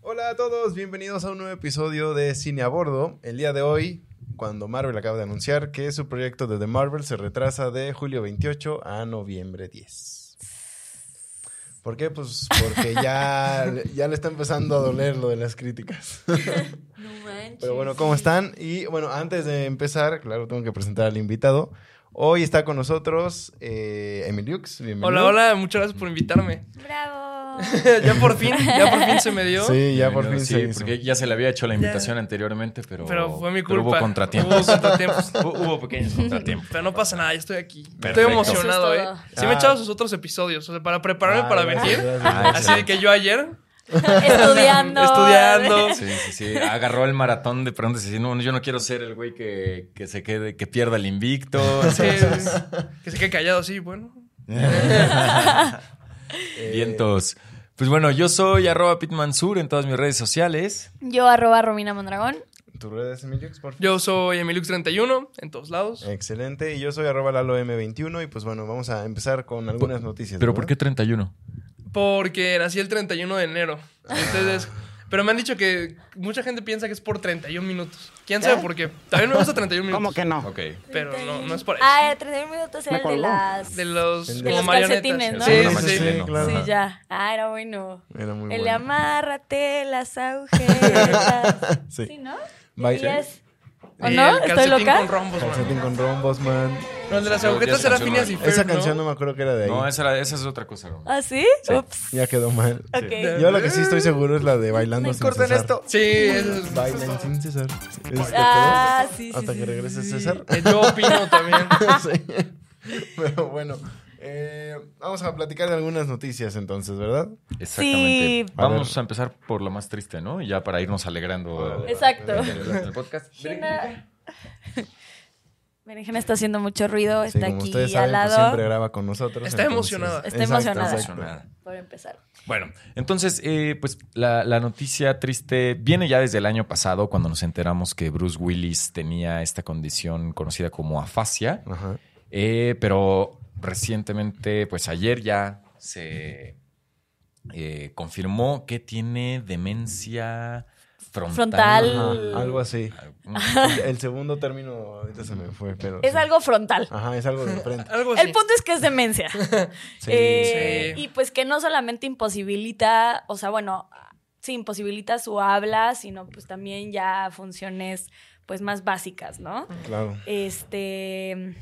Hola a todos, bienvenidos a un nuevo episodio de Cine a Bordo. El día de hoy, cuando Marvel acaba de anunciar que su proyecto de The Marvel se retrasa de julio 28 a noviembre 10. ¿Por qué? Pues porque ya, ya le está empezando a doler lo de las críticas. No manches. Pero bueno, ¿cómo están? Y bueno, antes de empezar, claro, tengo que presentar al invitado. Hoy está con nosotros eh, Emiliux. Bienvenido. Hola, hola, muchas gracias por invitarme. Bravo. ya por fin, ya por fin se me dio. Sí, ya por Bueno, fin sí, se hizo. porque ya se le había hecho la invitación anteriormente, pero, Pero fue mi pero culpa. hubo contratiempos. Hubo contratiempos. Hubo, hubo pequeños contratiempos. Pero no pasa nada, ya estoy aquí. Perfecto. Estoy emocionado, Eso es ¿eh? todo. Sí me he Ah. echado sus otros episodios, o sea, para prepararme Ah, para gracias, venir. gracias. Ah, Así de que yo ayer... Estudiando. Estudiando. Sí, sí, sí. Agarró el maratón de preguntas y dice, no, yo no quiero ser el güey que, que se quede, que pierda el invicto. Sí, que se quede callado, sí, bueno. Eh, Vientos. Pues bueno, yo soy arroba pitmansur en todas mis redes sociales. Yo arroba Romina Mondragón. Eh, ¿Tus redes, Emiliux, por favor? Yo soy Emilux31, en todos Eh. lados. Excelente. Y yo soy arroba LaloM21 y pues bueno, vamos a empezar con algunas noticias. ¿Pero ¿no? por qué 31? Porque nací el 31 de enero. Entonces... Pero me han dicho que mucha gente piensa que es por 31 minutos. ¿Quién ¿Eh? sabe por qué? También me gusta 31 minutos. ¿Cómo que no? Ok. Pero no, no es por eso. Ah, el 31 minutos era Me el de colgó. las. De los, De como los marionetas. calcetines, ¿no? Sí, Como sí, una sí. machilena. claro. Sí, Ajá. ya. Ah, era bueno. Era muy el de bueno. amárrate las agujetas. Sí. sí, ¿no? Bye. Y es- ¿O Y no? el ¿Estoy calcetín loca? con rombos, man. Calcetín con rombos, man. No, el de las Creo que agujetas esa era canción Phineas y no Ferb, Esa canción no me acuerdo que era de ahí. No, esa, era- esa es otra cosa. Romo. ¿Ah, sí? Ups. Ya quedó mal. Ok. Yo lo que sí estoy seguro es la de bailando sin corten cesar. esto. Sí, es- Bailan sin cesar. ¿Es- te Ah, acuerdas? sí, sí, Hasta sí, que sí, Ah. regrese sí. César. Eh, Yo opino también. Sí. Pero bueno, eh, vamos a platicar de algunas noticias entonces, ¿verdad? Exactamente. Sí. Vamos a empezar por lo más triste, ¿no? Y Ya para irnos alegrando. eh, Exacto. del podcast. Berenjena. Berenjena está haciendo mucho ruido, Sí, está como aquí ustedes al saben, pues, siempre lado. graba con nosotros. Está emocionada. Está Exacto, emocionada. exacto. Nada. Por empezar. Bueno, entonces, eh, pues la, la noticia triste viene ya desde el año pasado, cuando nos enteramos que Bruce Willis tenía esta condición conocida como afasia, Ajá. Eh, pero recientemente, pues ayer ya se eh, confirmó que tiene demencia frontal. Frontal. Ajá, Algo así. Ajá. El segundo término ahorita se me fue, pero. Es sí. algo frontal. Ajá, es algo de frente. Algo así. El punto es que es demencia. Sí. Eh, Sí. Y pues que no solamente imposibilita, o sea, bueno, sí, imposibilita su habla, sino pues también ya funciones pues más básicas, ¿no? Claro. Este,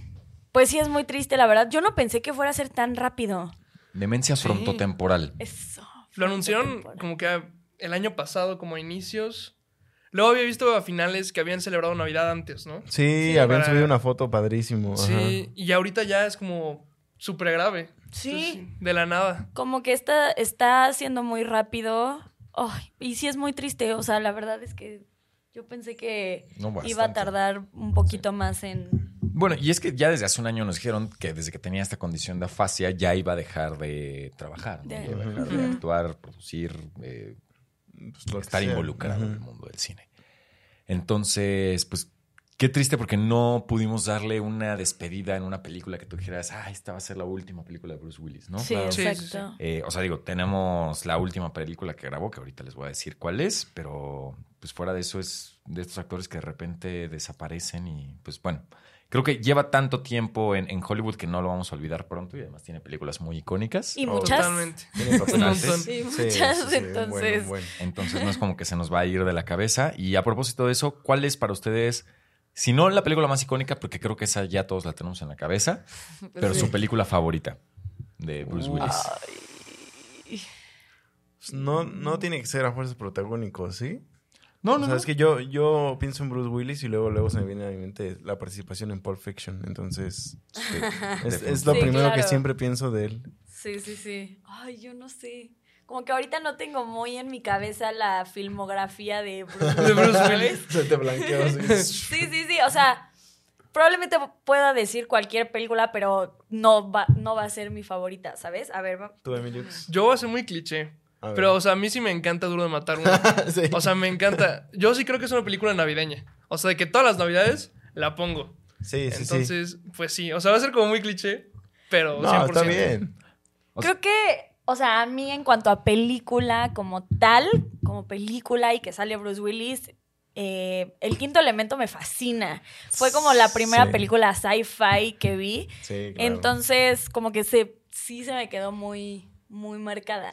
pues sí es muy triste, la verdad. Yo no pensé que fuera a ser tan rápido. Demencia Sí. frontotemporal. Eso. Lo anunciaron como que a- el año pasado, como a inicios. Luego había visto a finales que habían celebrado Navidad antes, ¿no? Sí, Sí, habían para- subido una foto padrísimo. ajá. Sí, y ahorita ya es como súper grave. Sí. Entonces, de la nada. Como que está, está haciendo muy rápido. Ay, y sí es muy triste, o sea, la verdad es que yo pensé que No, iba a bastante. tardar un poquito más en... Bueno, y es que ya desde hace un año nos dijeron que desde que tenía esta condición de afasia ya iba a dejar de trabajar, ¿no? De- Iba a dejar de Ujú. actuar, producir, eh, Pues, lo que estar sea. involucrado en el Ajá. mundo del cine. Entonces, pues qué triste porque no pudimos darle una despedida en una película que tú dijeras, ah, esta va a ser la última película de Bruce Willis, ¿no? Sí, Sí, sí, exacto. Eh, o sea, digo, tenemos la última película que grabó, que ahorita les voy a decir cuál es, pero pues fuera de eso es de estos actores que de repente desaparecen y pues bueno, creo que lleva tanto tiempo en, en Hollywood que no lo vamos a olvidar pronto y además tiene películas muy icónicas. Y muchas... Totalmente. Tiene bastantes. montón. Sí, Sí, muchas, sí, sí, un entonces... buen, un buen. Entonces no es como que se nos va a ir de la cabeza. Y a propósito de eso, ¿cuál es para ustedes, si no la película más icónica, porque creo que esa ya todos la tenemos en la cabeza, Pues pero su película favorita de Bruce Willis? Pues, No, no tiene que ser a fuerzas protagónicos, ¿sí? No, o sea, es que yo, yo pienso en Bruce Willis y luego, luego se me viene a mi mente la participación en Pulp Fiction. Entonces, es, es lo Sí, primero que claro. siempre pienso de él. Sí, sí, sí. Ay, yo no sé. Como que ahorita no tengo muy en mi cabeza la filmografía de Bruce, De Bruce ¿sabes? Willis. Se te blanqueó así. Sí, sí, sí. O sea, probablemente pueda decir cualquier película, pero no va, no va a ser mi favorita, ¿sabes? A ver, va- Tú, Emilio. Yo voy a ser muy cliché. A ver. Pero, o sea, a mí sí me encanta Duro de Matar uno. Sí. O sea, me encanta. Yo sí creo que es una película navideña. O sea, de que todas las navidades la pongo. sí, sí, sí. Entonces, pues sí. O sea, va a ser como muy cliché, pero no, 100%. está bien. O sea- creo que, o sea, a mí en cuanto a película como tal, como como película y que sale Bruce Willis. eh, el quinto elemento me fascina. Fue como la primera Sí. película sci-fi que vi. Sí, claro. Entonces, como que se, sí se me quedó muy, muy marcada.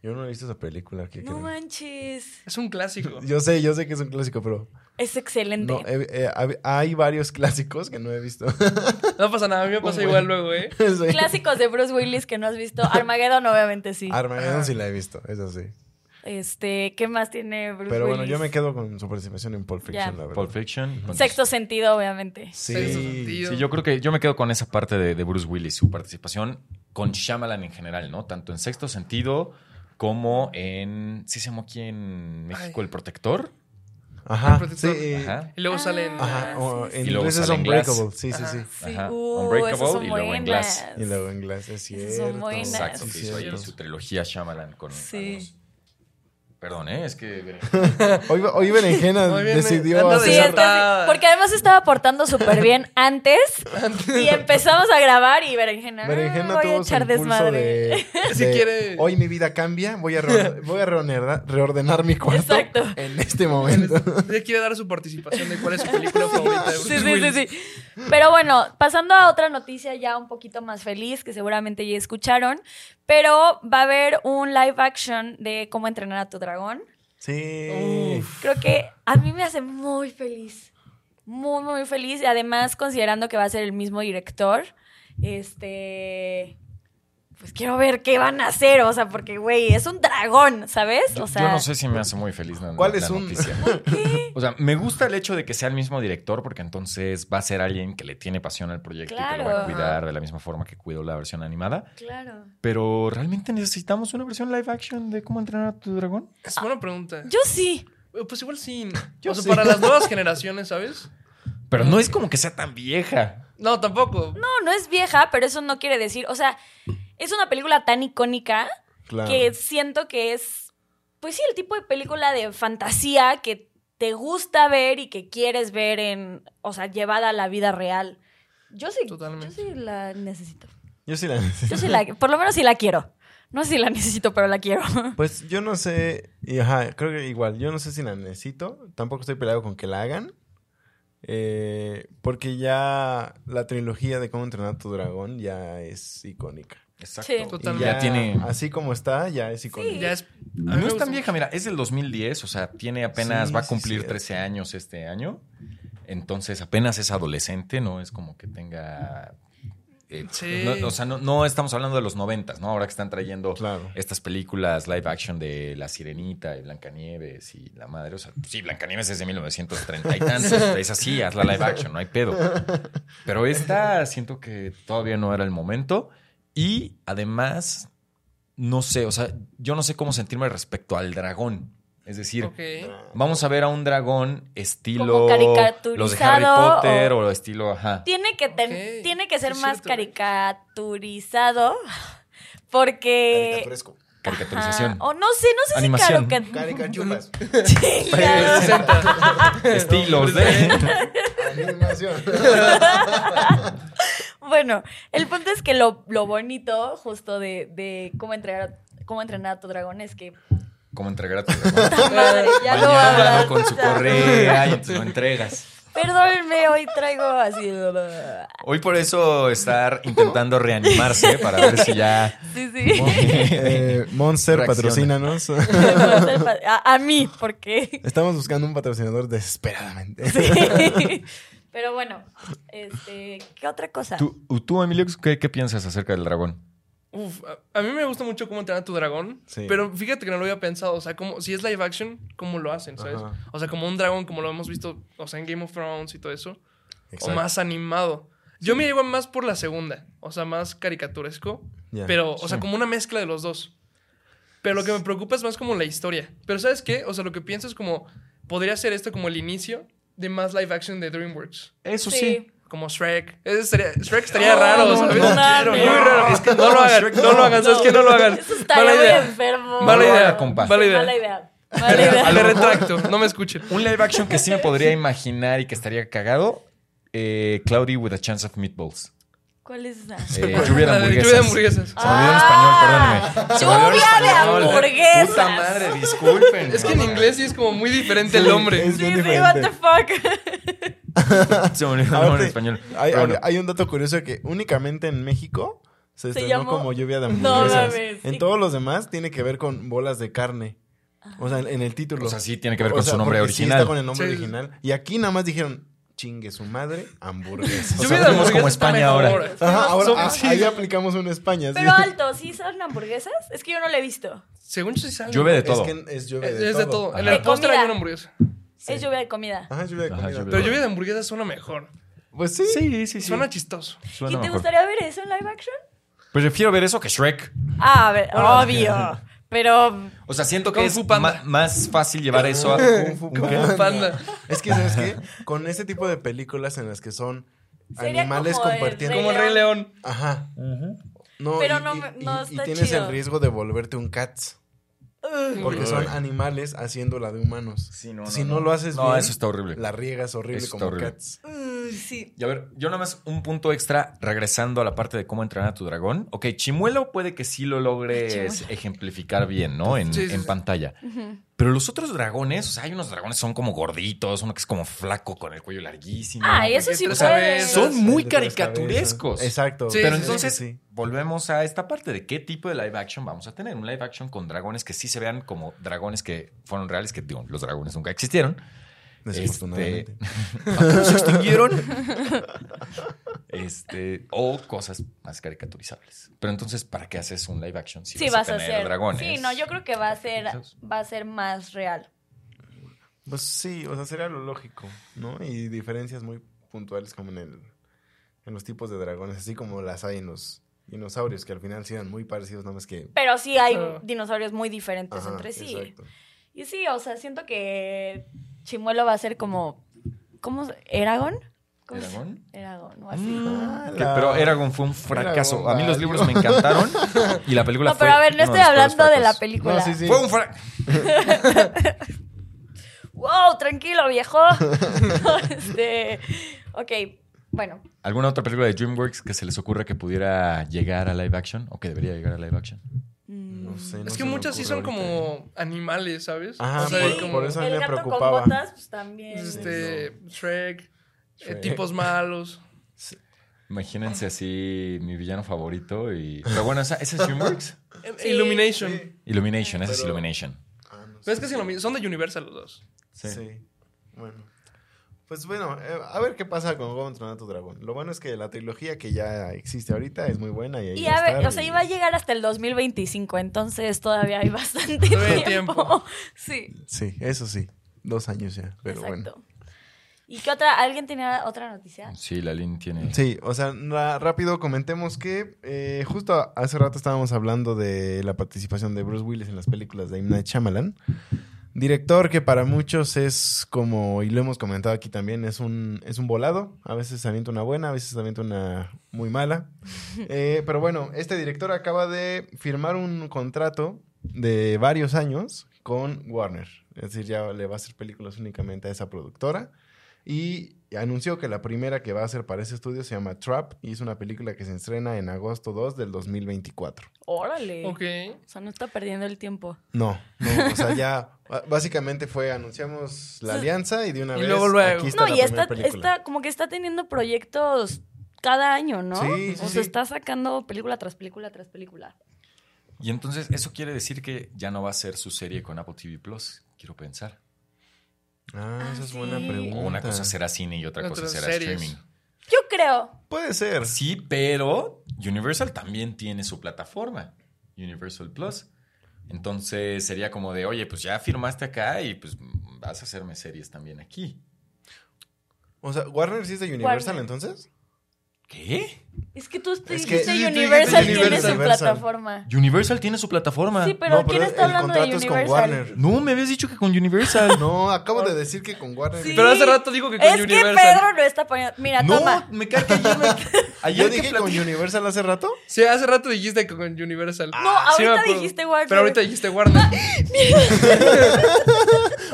Yo no he visto esa película. ¿qué No creen? manches. Es un clásico. Yo sé, yo sé que es un clásico, pero Es excelente. no, eh, eh, hab- hay varios clásicos que no he visto. No pasa nada, a mí me pasa Un igual buen- luego, ¿eh? Sí. Clásicos de Bruce Willis que no has visto. Armageddon, obviamente sí. Armageddon Ajá. sí la he visto, eso sí. este, ¿qué más tiene Bruce Pero bueno, Willis? yo me quedo con su participación en Pulp Fiction, Ya. la verdad. Pulp Fiction. con- Sexto sentido, obviamente. Sexto Sí. sentido. Sí, yo creo que yo me quedo con esa parte de, de Bruce Willis, su participación con Shyamalan en general, ¿no? Tanto en Sexto Sentido como en... ¿Sí se llamó aquí en México Ay. El Protector? Ajá, El sí. protector. eh, Ajá. Y luego Ah. salen. Ajá, o Sí, sí, en sí. Y luego inglés es sale en Glass. Unbreakable, sí, sí, sí. Sí. Ajá. Uh, Unbreakable esas son y luego en Glass. buenas. Y luego en Glass, es Esas son cierto. buenas. Exacto, Sí, que hizo ahí cierto. su trilogía Shyamalan con Sí. algunos- Perdón, ¿eh? Es que... Hoy, hoy Berenjena Muy bien, decidió anda Sí, de- hacer... entonces, Ah. porque además estaba portando súper bien antes y empezamos a grabar y Berenjena, ah, Berenjena voy a tuvo su echar impulso desmadre. de, Si de, quiere- Hoy mi vida cambia, voy a, reor- voy a reordenar, reordenar mi cuarto Exacto. en este momento. Ella quiere dar su participación de cuál es su película favorita de Sí, Bruce sí, Willis. sí, sí. Pero bueno, pasando a otra noticia ya un poquito más feliz, que seguramente ya escucharon, pero va a haber un live action de cómo entrenar a tu dragón. Sí. Creo que a mí me hace muy feliz. Muy, muy feliz. Y además, considerando que va a ser el mismo director, este. Pues quiero ver qué van a hacer. O sea, porque, güey, es un dragón, ¿sabes? Yo- O sea. yo no sé si me hace muy feliz la, ¿Cuál la es un- noticia. O sea, me gusta el hecho de que sea el mismo director porque entonces va a ser alguien que le tiene pasión al proyecto y que lo va a Claro. cuidar de la misma forma que cuidó la versión animada. Claro. Pero ¿realmente necesitamos una versión live action de cómo entrenar a tu dragón? Es buena pregunta. Yo sí. Pues igual sí. Yo o sea, sí. para las nuevas generaciones, ¿sabes? Pero no es como que sea tan vieja. No, tampoco. No, no es vieja, pero eso no quiere decir. O sea, es una película tan icónica Claro. que siento que es, pues sí, el tipo de película de fantasía que te gusta ver y que quieres ver en, o sea, llevada a la vida real. Yo sí, Totalmente. yo sí la necesito. Yo sí la Yo sí la, por lo menos sí la quiero. No sé si la necesito, pero la quiero. Pues yo no sé, y ajá, creo que igual, yo no sé si la necesito, tampoco estoy peleado con que la hagan, eh, porque ya la trilogía de cómo entrenar a tu dragón ya es icónica. Exacto. Sí. Y Totalmente. ya Ya tiene... Así como está, ya es icónica. Ya es. a mí No me es gusta tan vieja, mira, es del 2010, o sea, tiene apenas, Sí, va a sí, cumplir cierto. 13 años este año. Entonces apenas es adolescente, no es como que tenga... eh, Sí. no- o sea, no, no estamos hablando de los noventas, ¿no? Ahora que están trayendo Claro. estas películas live action de La Sirenita y Blancanieves y la madre. O sea, sí, Blancanieves es de 1930 y tantos. Es así, haz la live action, no hay pedo. Pero esta siento que todavía no era el momento. Y además, no sé, o sea, yo no sé cómo sentirme respecto al dragón. Es decir, Ok. vamos a ver a un dragón Como estilo. caricaturizado Los de Harry Potter o, estilo. Ajá. Tiene que, ten- Ok, tiene que sí ser es más cierto, ¿eh? caricaturizado porque... Caricaturesco. Caricaturización. Ajá. O no sé, no sé Animación. si carica- Caricachulas. Sí, claro. Estilos de. Animación. Bueno, el punto es que lo, lo bonito justo de, de cómo, entregar, cómo entrenar a tu dragón es que... ¿Cómo entregar a tu dragón? ¡puta madre! Ya lo Bañado hablas, con su o sea, correa y entonces lo entregas. Perdónenme, hoy traigo así... Hoy por eso estar intentando reanimarse para ver si ya. Sí, sí. Eh, Monster, Reacciona. patrocínanos. A, a mí, porque... Estamos buscando un patrocinador desesperadamente. Sí. Pero bueno, este, ¿qué otra cosa? ¿Tú, uh, tú, Emilio, ¿qué, qué piensas acerca del dragón? Uf, a, a mí me gusta mucho cómo entrenar a tu dragón. Sí. Pero fíjate que no lo había pensado. O sea, como, si es live action, ¿cómo lo hacen? ¿Sabes? Ajá. O sea, como un dragón, como lo hemos visto, o sea, en Game of Thrones y todo eso. Exacto. O más animado. Yo me llevo más por la segunda. O sea, más caricaturesco. Ya. Pero, o sea, Sí. como una mezcla de los dos. Pero lo que me preocupa es más como la historia. Pero ¿sabes qué? O sea, lo que pienso es como, podría ser esto como el inicio de más live action de DreamWorks. Eso Como Shrek. Ese estaría- Shrek estaría No, raro, no, ¿sabes? no, no, Muy no. raro. Es que no lo hagan, no lo hagan. ¿Sabes qué? No lo hagan. Eso estaría Mala muy idea. enfermo. Mala No lo idea, haga, compa. Mala idea. Mala idea. Mala idea. Me retracto. No me escuchen. Un live action que sí me podría imaginar y que estaría cagado: eh, Cloudy with a Chance of Meatballs. ¿Cuál es esa? Eh, lluvia de La de lluvia de hamburguesas. Se me olvidó en español, perdónenme. Se me olvidó en Lluvia de español. hamburguesas. Puta madre, disculpen. Es que en inglés sí es como muy diferente el Sí, nombre. es- Sí, bien sí, what diferente. the fuck. se me olvidó el nombre Aparte, en español. Hay, Pero bueno, hay- hay un dato curioso que únicamente en México se Se estrenó llamó- como lluvia de No hamburguesas. mames, sí. En todos los demás tiene que ver con bolas de carne. O sea, en el título. o sea, sí tiene que ver con O sea, su nombre porque sí original. está con el nombre Sí. original. Y aquí nada más dijeron, chingue su madre, hamburguesas. O Lluvia sea, de fuimos hamburguesas como está España mejor. ahora. Ajá, ahora Somos- ah, sí. ahí aplicamos una España. sí. Pero alto, ¿sí son hamburguesas? Es que yo no la he visto. Según yo sí sale. Llueve de todo. Es que es lluvia Es de es todo. de todo. En Ajá. el póster hay comida. una hamburguesa. Es lluvia de comida. Ajá, lluvia de Ajá, comida. lluvia de- Pero lluvia de hamburguesas suena mejor. Pues sí. Sí, sí, sí. Suena chistoso. Suena ¿Y te mejor. Pues gustaría ver eso en live action? Prefiero ver eso que Shrek. Ah, a ver, obvio. Pero O sea, siento que Kung es Fu Panda. ma- más fácil llevar eso a. Kung Como panda. Es que, ¿sabes qué? Con ese tipo de películas en las que son Sería animales como el compartiendo. Rey Como el Rey León. Ajá. No, Pero y, no y- me- y- no y está tienes chido. el riesgo de volverte un cats. uh, Mm. Porque son Ay. animales haciéndola de humanos. Sí, no, no, si no, no. lo haces No, bien, eso está horrible. la riegas horrible Eso está como horrible. cats. Uy, uh, sí. Y a ver, yo nada más un punto extra regresando a la parte de cómo entrenar a tu dragón. Ok, Chimuelo puede que sí lo logres Chimuelo. ejemplificar bien, ¿no? En, Sí, sí, en sí. pantalla. Pero los otros dragones, o sea, hay unos dragones que son como gorditos, uno que es como flaco con el cuello larguísimo. Ah, y eso sí Porque tres puede. cabezas. son muy El de tres caricaturescos. cabezas. Exacto. Sí, Pero sí, sí, entonces sí. volvemos a esta parte de qué tipo de live action vamos a tener. Un live action con dragones que sí se vean como dragones que fueron reales, que digo, los dragones nunca existieron. este, Desafortunadamente. se extinguieron. este, o cosas más caricaturizables. Pero entonces, ¿para qué haces un live action si Sí, vas, vas a tener hacer. dragones? Sí, no, yo creo que va a ser, va a ser más real. Pues sí, o sea, sería lo lógico, ¿no? Y diferencias muy puntuales como en el en los tipos de dragones, así como las hay en los dinosaurios, que al final sí eran muy parecidos, nada más que... Pero sí hay Ah. dinosaurios muy diferentes Ajá, entre sí. exacto. Y sí, o sea, siento que Chimuelo va a ser como. ¿Cómo? se- ¿Eragon? ¿Cómo se- ¿Eragon? Eragon, o así. Ah, Que- la- pero Eragon fue un fracaso. Eragon a mí los valió. libros me encantaron y la película No, fue. pero a ver, no uno estoy los peores hablando de la fracasos. película. No, sí, sí. Fue un fracaso. ¡Wow! Tranquilo, viejo. este, ok, bueno. ¿Alguna otra película de DreamWorks que se les ocurra que pudiera llegar a live action o que debería llegar a live action? Mm. No sé, no Es se que me muchas sí ocurre son ahorita. como animales, ¿sabes? Ajá, o sea, Ah, por- como por eso a mí el me gato preocupaba. con botas, pues también. este, Shrek, eh, Shrek. tipos malos. Imagínense así mi villano favorito y... Pero bueno, ¿esa, esa es DreamWorks? Eh, Sí. Illumination. Sí. Illumination, esa es Pero- Illumination. Ah, no Pero es sé. que sí, lo mismo, son de Universal los dos. Sí. Bueno. Pues bueno, eh, a ver qué pasa con Cómo entrenar a tu dragón. Lo bueno es que la trilogía que ya existe ahorita es muy buena y ahí Y va a ver, estar o sea, y- iba a llegar hasta el 2025, entonces todavía hay bastante Todavía hay tiempo. tiempo. Sí, Sí, eso sí. Dos años ya, pero bueno. exacto. ¿Y qué otra? ¿Alguien tenía otra noticia? Sí, la Lin tiene... Sí, o sea, ra- rápido comentemos que eh, justo hace rato estábamos hablando de la participación de Bruce Willis en las películas de M. Night Shyamalan. Director que para muchos es como, y lo hemos comentado aquí también, es un, es un volado. A veces avienta una buena, a veces avienta una muy mala. Eh, pero bueno, este director acaba de firmar un contrato de varios años con Warner. Es decir, ya le va a hacer películas únicamente a esa productora. Y anunció que la primera que va a hacer para ese estudio se llama Trap y es una película que se estrena en agosto 2 del 2024. Órale. Ok. O sea, no está perdiendo el tiempo. No, no, o sea, ya b- básicamente fue anunciamos la alianza y de una Y vez luego, luego. aquí está No, la y está, primera película. está, como que está teniendo proyectos cada año, ¿no? Sí, sí, o sea, sí. está sacando película tras película tras película. Y entonces, ¿eso quiere decir que ya no va a ser su serie con Apple TV+, Plus? Quiero pensar. Ah, esa Ah, es buena sí. pregunta. O una cosa será cine y otra cosa Otras será series. streaming. Yo creo. Puede ser. Pues Sí, pero Universal también tiene su plataforma, Universal Plus. Entonces sería como de, oye, pues ya firmaste acá y pues vas a hacerme series también aquí. O sea, Warner sí es de Universal Warner. entonces? ¿Qué? Es que tú te Es que- dijiste Sí, tú Universal dijiste tiene su Universal. plataforma. Universal tiene su plataforma. Sí, pero no, ¿quién está el hablando de contrato es Universal? con Warner. No, me habías dicho que con Universal. No, acabo de decir que con Warner. Sí. Pero hace rato digo que con es Universal. que Pedro no está poniendo. Mira, toma. me cae que ayer me... Ah, ¿Yo ayer que dije platiqué- con Universal hace rato? Sí, hace rato dijiste que con Universal. Ah, No, Sí me ahorita acuerdo. dijiste Warner. Pero ahorita dijiste Warner.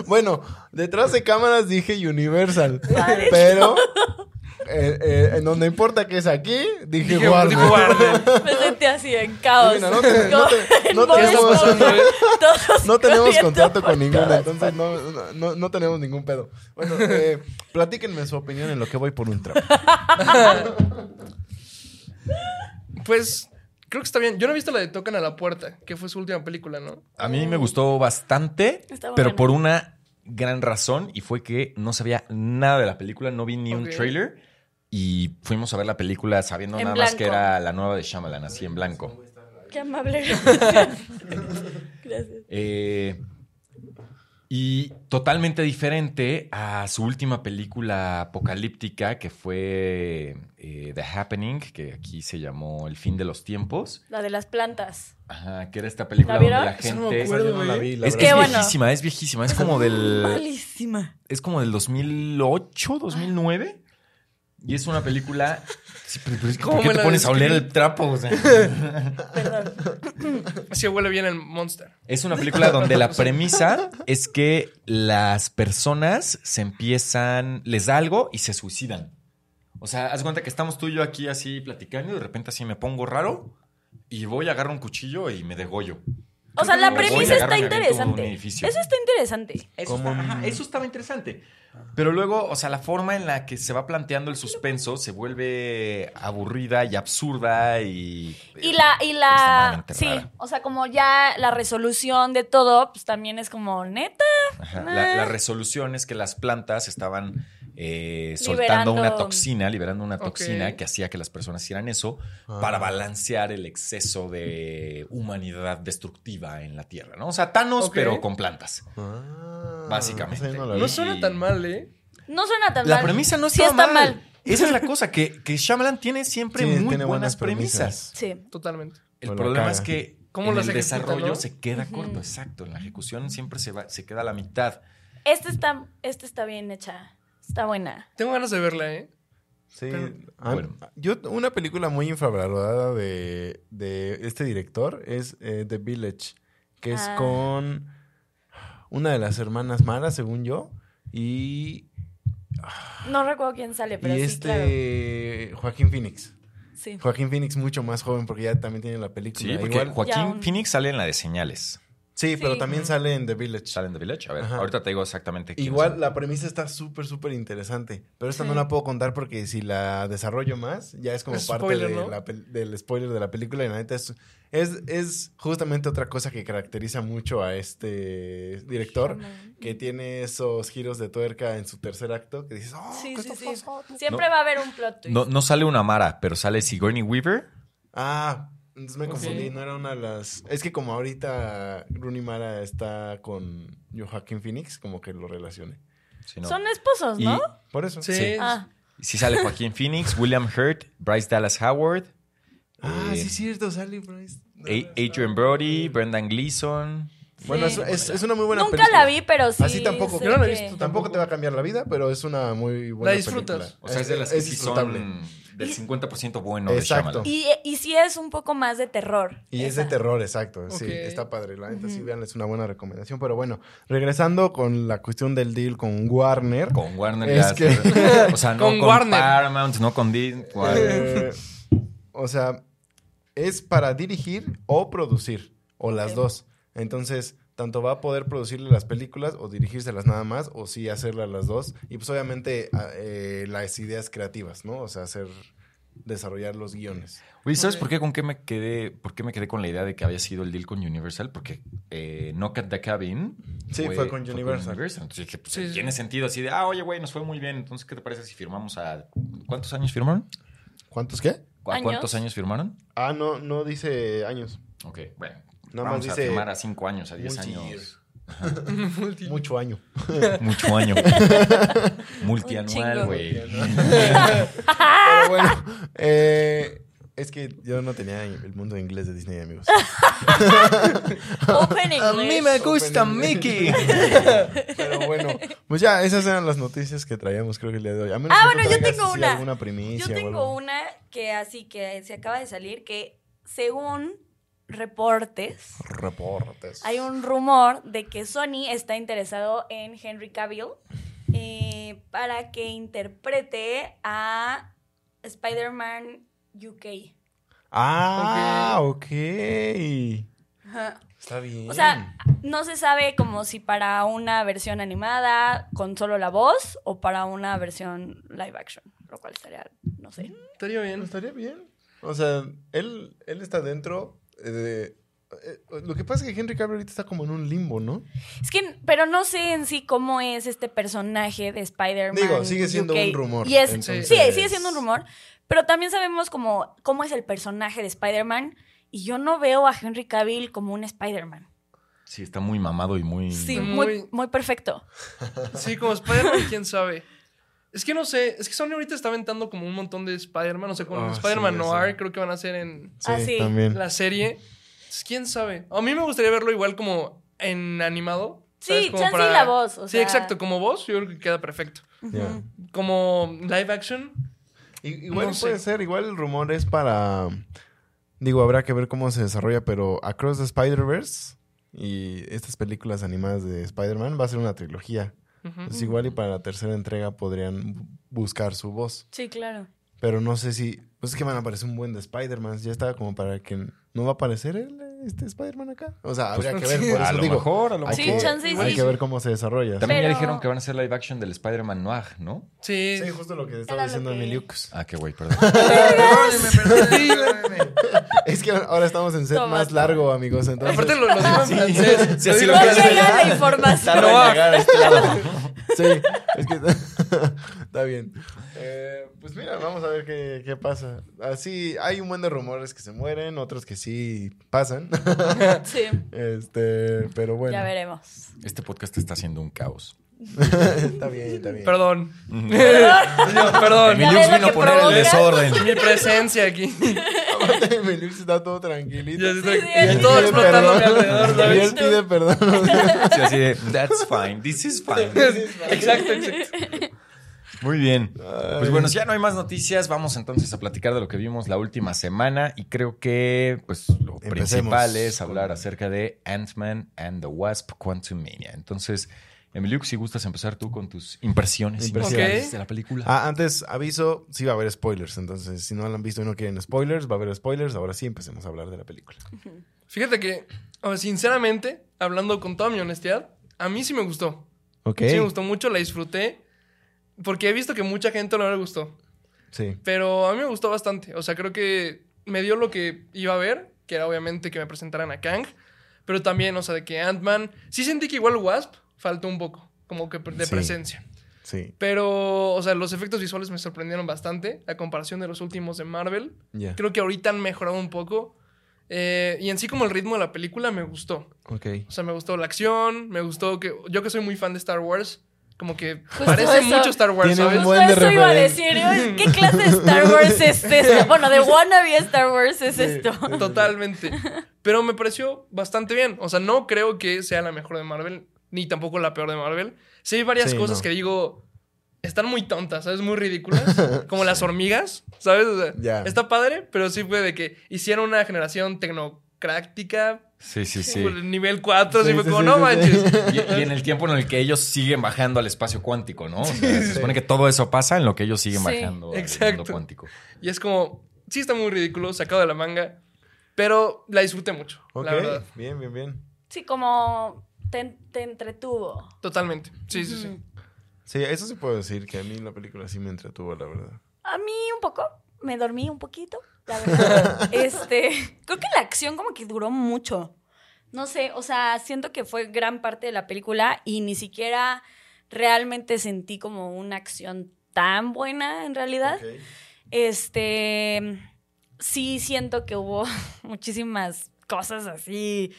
Bueno, detrás de cámaras dije Universal. Vale. Pero eh, eh, en donde importa que es aquí, dije, Dije, guarda. dijo, guarden. Me sentí así en caos. Mira, no te- no te- En no te- Bob ¿Qué está Esponja, pasando, eh? todos No tenemos corriendo contrato por con ninguna, todas entonces no, no, no tenemos ningún pedo. Bueno, eh, platíquenme su opinión en lo que voy por un trapo. Pues creo que está bien. Yo no he visto la de Tocan a la Puerta, que fue su última película, ¿no? A mí me gustó bastante, Está pero buena. por una gran razón y fue que no sabía nada de la película, no vi ni un Ok. trailer y fuimos a ver la película sabiendo En nada más que blanco. era la nueva de Shyamalan, así en blanco. Qué amable. Gracias. Eh, y totalmente diferente a su última película apocalíptica que fue eh, The Happening, que aquí se llamó El fin de los tiempos, La de las plantas. Ajá, que era esta película ¿La donde vieron? la Esa no me gente... Esa yo no la vi, la Es que verdad. Qué es bueno. viejísima, es viejísima. Es como del. Malísima. Es como del 2008, 2009. Y es una película. Sí, pero, pero es que ¿Cómo ¿Por qué me te la pones a oler describes? el trapo? O sea, Perdón. Así huele bien el Monster. es una película donde la premisa es que las personas se empiezan. Les da algo y se suicidan. O sea, haz cuenta que estamos tú y yo aquí así platicando y de repente así me pongo raro y voy, agarro un cuchillo y me degollo. O sea, la Voy a premisa agarrar está un aviento, un interesante. edificio. Eso está interesante. Eso, Como está- un- ajá, eso estaba interesante. Pero luego, o sea, la forma en la que se va planteando el suspenso se vuelve aburrida y absurda y... Y la, y la. Extremadamente Sí, rara. o sea, como ya la resolución de todo, pues también es como neta. Ajá, La, Ah. la resolución es que las plantas estaban eh, Liberando- soltando una toxina, liberando una Ok. toxina que hacía que las personas hicieran eso para balancear el exceso de humanidad destructiva en la Tierra, ¿no? O sea, Thanos, Ok. pero con plantas. Ah, Básicamente. esa yo la Ahí. No vi. suena tan mal, ¿eh? No suena tan La mal. premisa no Sí estaba está mal. Esa es la cosa, que, que Shyamalan tiene siempre Sí, muy tiene buenas buenas, premisas. premisas. Sí. Totalmente. El O la problema caga. es que ¿Cómo en lo el ejecuta, desarrollo no? se queda Ujú. corto, exacto. En la ejecución siempre se, va, se queda a la mitad. Esta está, esta está bien hecha. Está buena. Tengo ganas de verla, ¿eh? Sí, Pero- ah, Bueno. yo una película muy infravalorada de, de este director es eh, The Village, que es Ah. con una de las hermanas malas, según yo, y, No recuerdo quién sale, pero y sí, claro. este Joaquín Phoenix. Sí. Joaquín Phoenix mucho más joven porque ya también tiene la película. Sí, porque Igual- Ya Joaquín un- Phoenix sale en la de señales. sí, pero Sí. también sale en The Village. Sale en The Village. A ver, Ajá. ahorita te digo exactamente quién Igual sale. la premisa está súper, súper interesante. Pero esta Sí. no la puedo contar porque si la desarrollo más, ya es como Es parte spoiler, de ¿no? la pel- del spoiler de la película. Y la neta es, es, es justamente otra cosa que caracteriza mucho a este director. Que tiene esos giros de tuerca en su tercer acto. Que dices, oh, Sí, ¿qué sí, está sí. pasando?". Siempre va a haber un plot twist. No, no sale una Mara, pero sale Sigourney Weaver. Ah, entonces me Ok. confundí. No era una de las. Es que como ahorita Rooney Mara está con Joaquin Phoenix, como que lo relacioné. Si no. Son esposos, Y ¿no? Por eso. Sí. Sí. Ah, sí sale Joaquín Phoenix, William Hurt, Bryce Dallas Howard, Ah, Eh, sí, es cierto, Sally Price. A- Adrian Brody, Brendan Gleeson. Bueno, Sí. es, es- es una muy buena nunca película. la vi, pero sí. Así tampoco. sé Yo no la he que- visto Tampoco te va a cambiar la vida, pero es una muy buena La disfrutas. película. O sea, es de las que sí disfrutable. son del 50% bueno Exacto. de Shyamalan. Y, y sí es un poco más de terror. Y es esa. de terror, exacto. Sí, Ok. está padre. La neta, sí, Ujú. vean, es una buena recomendación. Pero bueno, regresando con la cuestión del deal con Warner. Con Warner Es ya se- O sea, no Con con, Warner. Paramount, no con Disney. eh, o sea, es para dirigir o producir, o las Ok. dos. Entonces, tanto va a poder producirle las películas o dirigírselas nada más, o sí hacerlas las dos. Y pues obviamente a- eh, las ideas creativas, ¿no? O sea, hacer, desarrollar los guiones. Oye, ¿sabes Ok. por qué con qué me quedé? ¿Por qué me quedé con la idea de que había sido el deal con Universal? Porque eh, Knock at the Cabin. Sí, fue con Universal. Entonces dije, pues Sí, sí. tiene sentido así de, ah, oye, güey, nos fue muy bien. Entonces, ¿qué te parece si firmamos a. ¿Cuántos años firmaron? ¿Cuántos qué? ¿A ¿Años? cuántos años firmaron? Ah, no, no dice años. Ok, bueno. Nada vamos más a dice firmar a cinco años, a 10 multi-year. años. Multi- mucho año. Mucho año. Un Multianual, güey. Pues. Pero bueno, eh, es que yo no tenía el mundo inglés de Disney, amigos. Open English. gusta Mickey. Pero bueno, pues ya, esas eran las noticias que traíamos, creo que el día de hoy. A menos Ah, que tú bueno, yo traigas tengo así una. alguna primicia Yo o tengo algo. una que así que se acaba de salir que según reportes Reportes. hay un rumor de que Sony está interesado en Henry Cavill eh, para que interprete a Spider-Man UK. Ah, ok. Ajá. Está bien. O sea, no se sabe como si para una versión animada con solo la voz o para una versión live action, lo cual estaría, no sé. Estaría bien. estaría bien. O sea, él, él está dentro eh, de... eh, Lo que pasa es que Henry Cavill ahorita está como en un limbo, ¿no? Es que, pero no sé en sí cómo es este personaje de Spider-Man. Digo, sigue siendo UK. un rumor, Y es- entonces- Sí, sigue siendo un rumor, pero también sabemos como, cómo es el personaje de Spider-Man y yo no veo a Henry Cavill como un Spider-Man. Sí, está muy mamado y muy. Sí, Mm. muy, Muy- muy perfecto. Sí, como Spider-Man, quién sabe. Es que no sé, es que Sony ahorita está aventando como un montón de Spider-Man, o sea, con Ah, Spider-Man sí, ya Noir sé. creo que van a hacer en Ah, sí. también. la serie. Entonces, quién sabe. A mí me gustaría verlo igual como en animado. ¿sabes? Sí, Como chance y la voz, o sí, sea. exacto, como voz, yo creo que queda perfecto. Ya. Como live action, I- Igual No y sé. puede ser, igual el rumor es para. Digo, habrá que ver cómo se desarrolla, pero Across the Spider-Verse y estas películas animadas de Spider-Man va a ser una trilogía. ujú. Entonces, igual y para la tercera entrega podrían bu- buscar su voz. Sí, claro. Pero no sé si. Pues es que van a aparecer un buen de Spider-Man. Ya está como para que. ¿No va a aparecer él, este Spider-Man acá? O sea, Pues habría que ver. Por a eso lo digo, mejor, a lo hay Sí, mejor. que- chance y Hay sí. que ver cómo se desarrolla. También ya Pero- dijeron que van a hacer live action del Spider-Man Noir, ¿no? Sí. Sí, justo lo que estaba Era lo diciendo que- Emiliux. Ah, qué güey, perdón. Perdónenme, perdónenme. Es que ahora estamos en set Toma, más toma. largo, amigos. Entonces... Aparte lo, lo digo en francés. Sí, así digo lo en No Pero- francés. llega la información. Pero- Tarda en llegar a este lado. Sí, es que está bien. Eh, pues mira, vamos a ver qué, qué pasa. Así, hay un buen de rumores que se mueren, otros que sí pasan. Sí, Este, pero bueno. ya veremos. Este podcast está haciendo un caos. está bien, está bien. Perdón. No, perdón. Emilio- Emiliux ves lo vino a que poner el provoca? desorden. Mi presencia aquí. Aparte, mi Luis está todo tranquilito. Ya estoy- sí, y sí. todo Pide explotando a mi perdón. alrededor, Y ¿sabes? él pide perdón. Sí, así de, that's fine, this is fine. Exacto, exacto. Muy bien. Pues bueno, si ya no hay más noticias, vamos entonces a platicar de lo que vimos la última semana y creo que pues lo Empecemos principal es con- hablar acerca de Ant-Man and the Wasp Quantumania. Entonces, Emiliux, si gustas empezar tú con tus impresiones, Impresiones. iniciales Ok. de la película. Ah, antes aviso, sí va a haber spoilers. Entonces, si no lo han visto y no quieren spoilers, va a haber spoilers. Ahora sí empecemos a hablar de la película. Fíjate que, o sea, sinceramente, hablando con toda mi honestidad, a mí sí me gustó. Ok. Sí me gustó mucho, la disfruté. Porque he visto que mucha gente no le gustó. Sí. Pero a mí me gustó bastante. O sea, creo que me dio lo que iba a ver, que era obviamente que me presentaran a Kang. Pero también, o sea, de que Ant-Man. Sí sentí que igual Wasp faltó un poco, como que de Sí. presencia. Sí. Pero, o sea, los efectos visuales me sorprendieron bastante. La comparación de los últimos de Marvel. Ya. Creo que ahorita han mejorado un poco. Eh, y en sí, como el ritmo de la película me gustó. Ok. O sea, me gustó la acción, me gustó que. Yo que soy muy fan de Star Wars, como que Justo parece eso. mucho Star Wars, Tiene un ¿sabes? buen Justo de eso iba a referencia. decir, "Ay, ¿qué clase de Star Wars es esto? Bueno, de wannabe Star Wars es esto. Totalmente. Pero me pareció bastante bien. O sea, no creo que sea la mejor de Marvel, ni tampoco la peor de Marvel. Sí hay varias Sí, cosas no. que digo. Están muy tontas, ¿sabes? Muy ridículas. Como las hormigas, ¿sabes? O sea, Ya. Está padre, pero sí fue de que hicieron una generación tecnocrática, Sí, sí, sí. por el nivel 4, Sí, sí, fue sí, como, sí, no sí, manches. Y, y en el tiempo en el que ellos siguen bajando al espacio cuántico, ¿no? O sea, se supone que todo eso pasa en lo que ellos siguen Sí, bajando al mundo exacto. cuántico. Y es como, sí está muy ridículo, sacado de la manga, pero la disfruté mucho, Ok, la verdad, bien, bien, bien. Sí, como te, te entretuvo. totalmente. Sí, sí, sí. Ujú. Sí, eso sí puedo decir, que a mí la película sí me entretuvo, la verdad. A mí un poco, me dormí un poquito, la verdad. este, creo que la acción como que duró mucho. No sé, o sea, siento que fue gran parte de la película y ni siquiera realmente sentí como una acción tan buena en realidad. Este, sí siento que hubo muchísimas cosas así,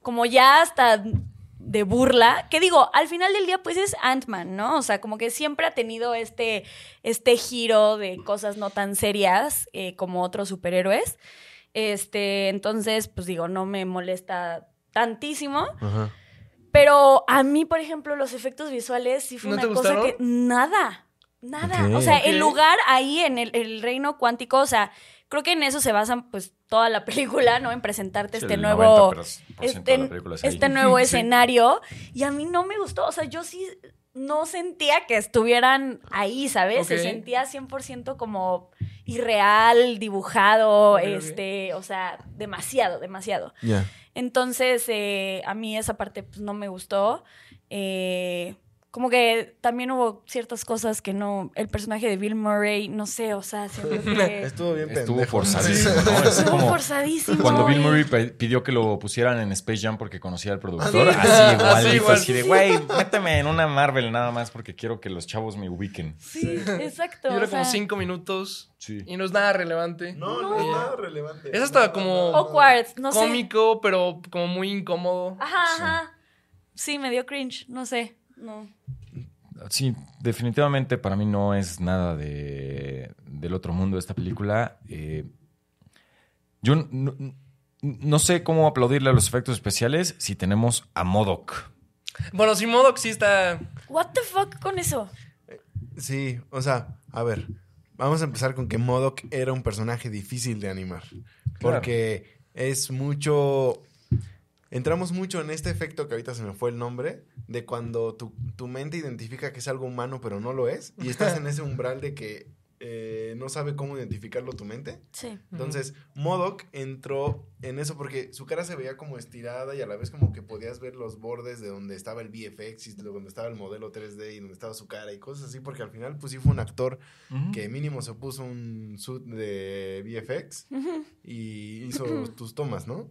como ya hasta de burla, que digo, al final del día pues es Ant-Man, ¿no? O sea, como que siempre ha tenido este, este giro de cosas no tan serias eh, como otros superhéroes. Este, entonces, pues digo, no me molesta tantísimo, Ajá. pero a mí, por ejemplo, los efectos visuales sí fue ¿No una te cosa gustaron? que nada, nada. Ok. O sea, Ok. el lugar ahí en el, el reino cuántico, o sea, creo que en eso se basan pues toda la película, ¿no? En presentarte este El nuevo 90% de este, la película es ahí. este nuevo Sí. escenario y a mí no me gustó, o sea, yo sí no sentía que estuvieran ahí, ¿sabes? Ok. Se sentía 100% como irreal, dibujado, Ok, ok. este, o sea, demasiado, demasiado. Ya. Entonces, eh, a mí esa parte pues, no me gustó. Eh, como que también hubo ciertas cosas que no, el personaje de Bill Murray, no sé, o sea, siento que Estuvo bien pendejo. Estuvo Sí. forzadísimo. ¿no? Así este estuvo como forzadísimo. Cuando Bill y- Murray pe- pidió que lo pusieran en Space Jam porque conocía al productor, Sí. así igualito, Así así, igual. de, güey, méteme en una Marvel nada más porque quiero que los chavos me ubiquen. Sí, exacto. Dura o como sea, cinco minutos Sí. y no es nada relevante. No, no, es nada relevante. Es hasta Nada, como- nada, awkward, no sé. Cómico, pero como muy incómodo. Ajá, Sí. ajá. Sí, me dio cringe, no sé. No. Sí, definitivamente para mí no es nada de, del otro mundo esta película. Eh, yo n- n- n- no, sé cómo aplaudirle a los efectos especiales si tenemos a Modoc. Bueno, sin modo sí está. What the fuck con eso? nada. Sí, o sea, a ver. Vamos a empezar con que Modoc era un personaje difícil de animar. Porque es mucho. Entramos mucho en este efecto que ahorita se me fue el nombre, de cuando tu, tu mente identifica que es algo humano pero no lo es, y estás en ese umbral de que eh, no sabe cómo identificarlo tu mente. Sí. Entonces, Modoc entró en eso porque su cara se veía como estirada y a la vez como que podías ver los bordes de donde estaba el VFX y de donde estaba el modelo 3D y donde estaba su cara y cosas así, porque al final pues sí fue un actor que mínimo se puso un suit de VFX Ujú. y hizo tus tomas, ¿no?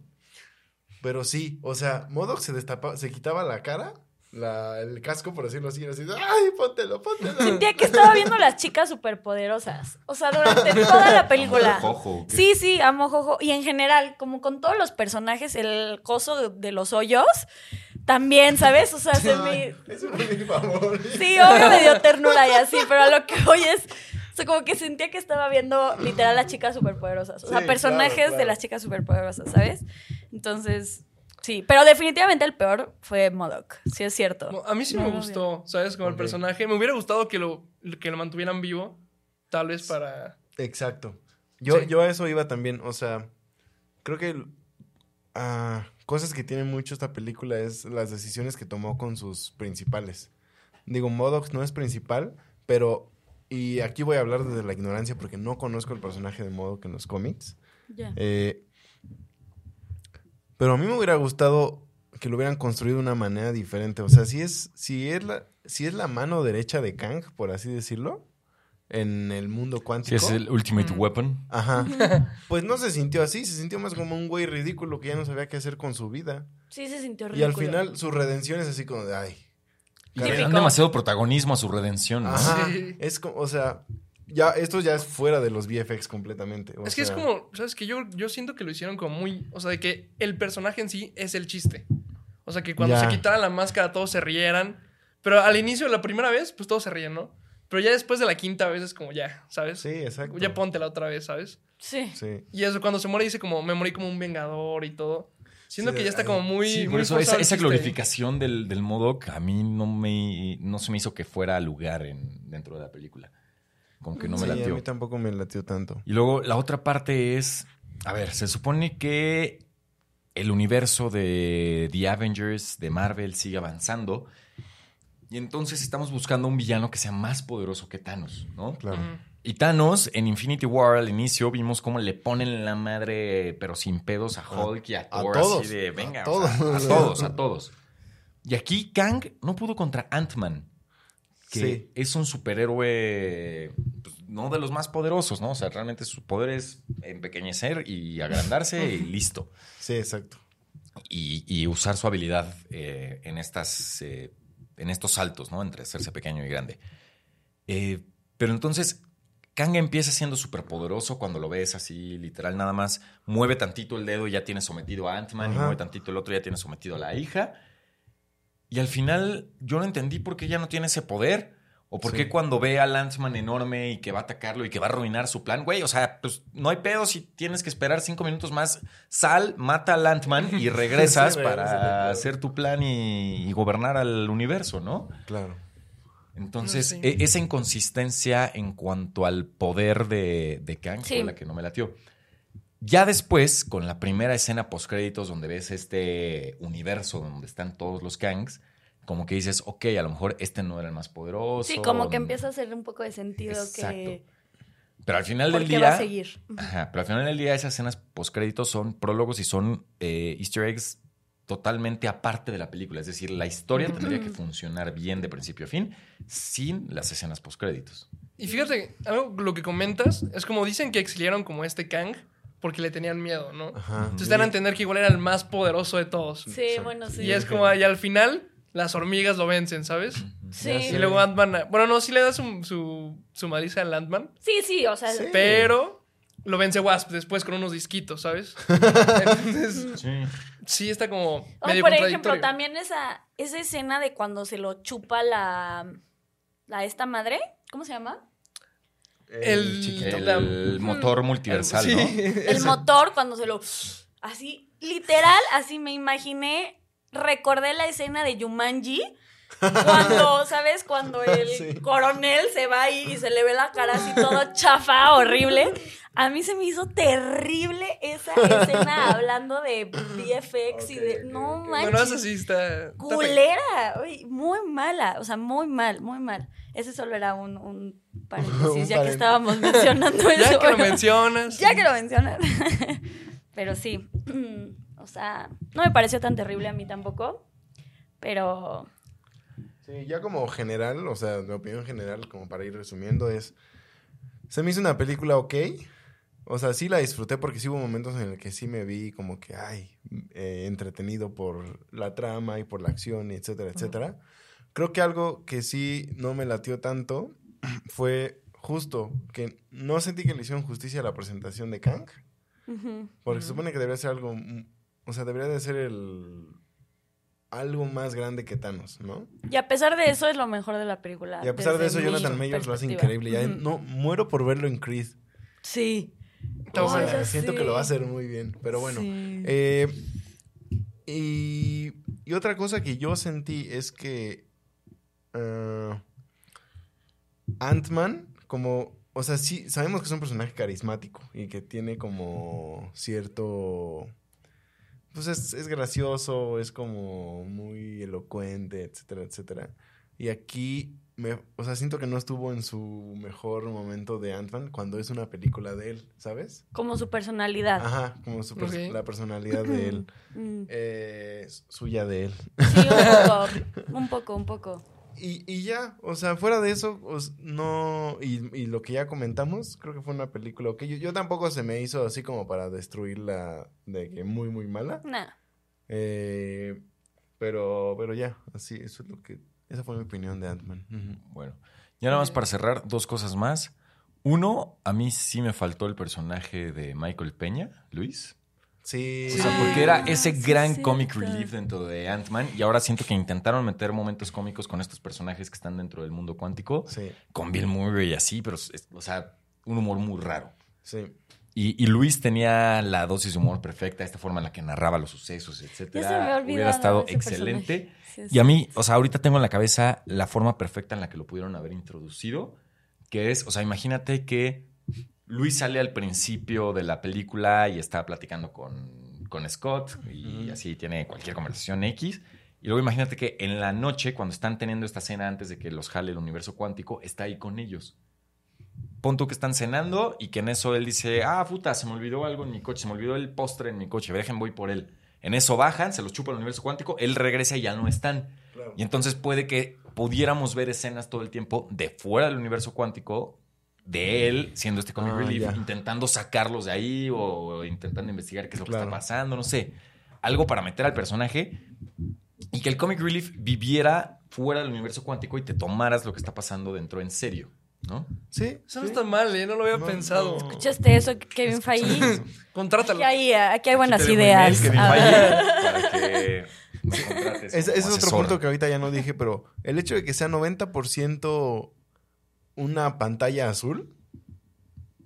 Pero sí, o sea, Modoc se destapaba, se quitaba la cara, la- el casco, por decirlo así, era así, ¡ay, póntelo, póntelo! Sentía que estaba viendo las chicas superpoderosas. O sea, durante toda la película. Jojo, que- Sí, sí, amo Jojo. Y en general, como con todos los personajes, el coso de, de los hoyos, también, ¿sabes? O sea, se me... Ese fue mi favorito. Sí, obvio me dio ternura y así, pero a lo que voy es... O sea, como que sentía que estaba viendo literal las chicas superpoderosas. O sea, Sí, personajes claro, claro. de las chicas superpoderosas, ¿sabes? Entonces, sí. Pero definitivamente el peor fue Modoc. Sí, es cierto. A mí sí No me lo gustó, ¿sabes? Como Ok. el personaje. Me hubiera gustado que lo, que lo mantuvieran vivo. Tal vez para. Exacto. Yo, Sí. yo a eso iba también. O sea, creo que ah, cosas que tiene mucho esta película es las decisiones que tomó con sus principales. Digo, Modox no es principal, pero. Y aquí voy a hablar desde la ignorancia porque no conozco el personaje de Modoc en los cómics. Ya. Eh, pero a mí me hubiera gustado que lo hubieran construido de una manera diferente. O sea, si es, si es, la, si es la mano derecha de Kang, por así decirlo, en el mundo Sí, cuántico. es el Ultimate Mm. Weapon. Ajá. Pues no se sintió así, se sintió más como un güey ridículo que ya no sabía qué hacer con su vida. Sí, se sintió Y ridículo. al final su redención es así como de, ay. Y le caray". dan demasiado protagonismo a su redención. ¿no? Ajá. Sí. Es como, o sea, ya, esto ya es fuera de los VFX completamente. o es que es sea, como. ¿Sabes? Que yo, yo siento que lo hicieron como muy. O sea, de que el personaje en sí es el chiste. O sea, que cuando Ya. se quitaran la máscara todos se rieran. Pero al inicio, la primera vez, pues todos se ríen, ¿no? Pero ya después de la quinta vez es como ya, ¿sabes? Sí, exacto. Ya póntela otra vez, ¿sabes? Sí. Sí. Y eso, cuando se muere, dice como, me morí como un vengador y todo. Siento Sí, que ya está ay, como muy. Sí, por muy eso forzado esa, el esa chiste. glorificación del, del Modoc a mí no me no se me hizo que fuera a lugar en, dentro de la película. Como que no Sí, me a latió. mí tampoco me latió tanto. Y luego la otra parte es, a ver, se supone que el universo de The Avengers, de Marvel, sigue avanzando. Y entonces estamos buscando un villano que sea más poderoso que Thanos, ¿no? Claro. Ujú. Y Thanos, en Infinity War al inicio, vimos cómo le ponen la madre, pero sin pedos, a Hulk y a a Thor. todos, Así de, a venga, o todos". sea, a, todos, a todos. Y aquí Kang no pudo contra Ant-Man, que Sí. es un superhéroe, pues, no de los más poderosos, ¿no? O sea, realmente su poder es empequeñecer y agrandarse y listo. Sí, exacto. Y, y usar su habilidad eh, en, estas, eh, en estos saltos, ¿no? Entre hacerse pequeño y grande. Eh, pero entonces, Kang empieza siendo súper poderoso cuando lo ves así, literal, nada más mueve tantito el dedo y ya tiene sometido a Ant-Man, y Ajá. mueve tantito el otro y ya tiene sometido a la hija. Y al final, yo no entendí por qué ya no tiene ese poder. O por qué Sí. cuando ve al Ant-Man enorme y que va a atacarlo y que va a arruinar su plan, güey, o sea, pues no hay pedo si tienes que esperar cinco minutos más. Sal, mata al Ant-Man y regresas Sí, regrésate, para claro. hacer tu plan y, y gobernar al universo, ¿no? Claro. Entonces, Mm, No sé. e- esa inconsistencia en cuanto al poder de, de Kang Sí. fue la que no me latió. Ya después, con la primera escena post créditos donde ves este universo donde están todos los Kangs, como que dices, ok, a lo mejor este no era el más pues poderoso. Sí, como que mm, empieza a hacer un poco de sentido que. Exacto. Pero al final ¿Por del qué va a día. seguir? Ajá, pero al final del día esas escenas postcréditos son prólogos y son eh, easter eggs totalmente aparte de la película. Es decir, la historia tendría que funcionar bien de principio a fin sin las escenas postcréditos. Y fíjate, algo lo que comentas es como dicen que exiliaron como este Kang porque le tenían miedo, ¿no? Ajá. Entonces dan a entender que igual era el más poderoso de todos. Sí, Exacto. bueno, sí. Y es como, y al final, las hormigas lo vencen, ¿sabes? Sí. Y luego Ant-Man. Bueno, no, sí le da su, su, su madriza al Ant-Man. Sí, sí, o sea. Sí. Pero lo vence Wasp después con unos disquitos, ¿sabes? Entonces, Sí. sí está como o medio por ejemplo, contradictorio. también esa, esa escena de cuando se lo chupa la. la esta madre. ¿Cómo se llama? El- chiquito. El, La- motor multiversal, Sí, ¿no? El motor, cuando se lo. Así, literal, así me imaginé. Recordé la escena de Jumanji. Cuando, ¿sabes? Cuando el Sí. coronel se va ahí y se le ve la cara así todo chafa, horrible. A mí se me hizo terrible esa escena hablando de VFX y de. Ok, ok, no ok. manches. Bueno, esa sí está. está fea. Culera, uy, muy mala, o sea, muy mal, muy mal. Ese solo era un, un paréntesis, Un ya que paréntesis. estábamos mencionando eso. Ya que lo bueno. mencionas. Ya que lo mencionan. pero sí. o sea, no me pareció tan terrible a mí tampoco. Pero. Sí, ya como general, o sea, mi opinión general, como para ir resumiendo, es. Se me hizo una película ok. O sea, sí la disfruté porque sí hubo momentos en el que sí me vi como que, ay, eh, entretenido por la trama y por la acción, y etcétera, etcétera. Creo que algo que sí no me latió tanto fue justo que no sentí que le hicieron justicia a la presentación de Kang. ujú. Porque se supone que debería ser algo. mm, O sea, debería de ser el. Algo más grande que Thanos, ¿no? Y a pesar de eso, es lo mejor de la película. Y a pesar de Ah, eso, desde mi Jonathan Mayers lo hace perspectiva. increíble. Ya, Ujú. no, muero por verlo en Creed. Sí. Está O sea, Ay, buena. ya siento sé. que lo va a hacer muy bien. Pero bueno. Sí. Eh, y, y otra cosa que yo sentí es que eh, Ant-Man, como, o sea, sí, sabemos que es un personaje carismático y que tiene como cierto... Pues es, es gracioso, es como muy elocuente, etcétera, etcétera. Y aquí, me, o sea, siento que no estuvo en su mejor momento de Ant-Man cuando es una película de él, ¿sabes? Como su personalidad. Ajá, como su pers- Ok. la personalidad de él. Mm. Eh, suya de él. Sí, un poco. Un poco, un poco. Y, y ya, o sea, fuera de eso, os- no. Y, y lo que ya comentamos, creo que fue una película que yo, yo tampoco se me hizo así como para destruirla de que muy, muy mala. Nah. Eh, pero, pero ya, así, eso es lo que. Esa fue mi opinión de Ant-Man. Ujú. Bueno, ya nada más para cerrar, dos cosas más. Uno, a mí sí me faltó el personaje de Michael Peña, Luis. Sí. O sea, Ah, porque era ese sí, gran cierto. comic relief dentro de Ant-Man y ahora siento que intentaron meter momentos cómicos con estos personajes que están dentro del mundo cuántico, Sí, con Bill Murray y así, pero, es- o sea, un humor muy raro. sí. Y, y Luis tenía la dosis de humor perfecta, esta forma en la que narraba los sucesos, etc. Ya se me había olvidado. Hubiera estado ese excelente. personaje. Sí, sí. Y a mí, o sea, ahorita tengo en la cabeza la forma perfecta en la que lo pudieron haber introducido, que es, o sea, imagínate que Luis sale al principio de la película y está platicando con, con Scott y Ujú. así tiene cualquier conversación X. Y luego imagínate que en la noche, cuando están teniendo esta cena antes de que los jale el universo cuántico, está ahí con ellos. Pon tú que están cenando y que en eso él dice, ah, puta, se me olvidó algo en mi coche, se me olvidó el postre en mi coche, dejen, voy por él. En eso bajan, se los chupa el universo cuántico, él regresa y ya no están. Claro. Y entonces puede que pudiéramos ver escenas todo el tiempo de fuera del universo cuántico, de él siendo este comic Ah, relief, ya. intentando sacarlos de ahí o intentando investigar qué es lo que Claro. está pasando, no sé. Algo para meter al personaje y que el comic relief viviera fuera del universo cuántico y te tomaras lo que está pasando dentro en serio, ¿no? Sí. Eso no sí. está mal, ¿eh? No lo había No, pensado. no. ¿Escuchaste eso, Kevin Feige? Contrátalo. Aquí hay, eh, aquí hay buenas Te dejo ideas. email que me A ver. falle para que me contrates Ese ese como es otro asesor. punto que ahorita ya no dije, pero el hecho de que sea 90% una pantalla azul,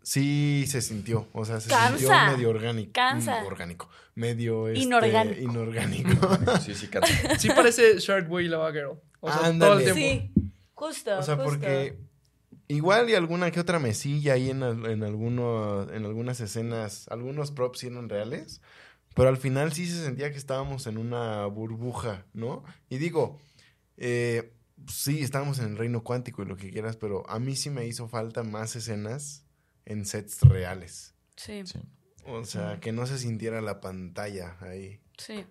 sí se sintió. O sea, se Cansa. sintió medio orgánico. Cansa. Mm, Orgánico. Medio este, Inorgánico. inorgánico. Sí, sí, cansa. Sí parece Shark Boy y Lava Girl. O sea, Ándale. todo el tiempo. Sí, justo. o sea, justo. porque igual y alguna que otra mesilla ahí en, al- en, alguno- en algunas escenas, algunos props sí eran reales, pero al final sí se sentía que estábamos en una burbuja, ¿no? Y digo, eh, sí, estábamos en el reino cuántico y lo que quieras, pero a mí sí me hizo falta más escenas en sets reales. Sí, Sí. O sea, que no se sintiera la pantalla ahí. sí.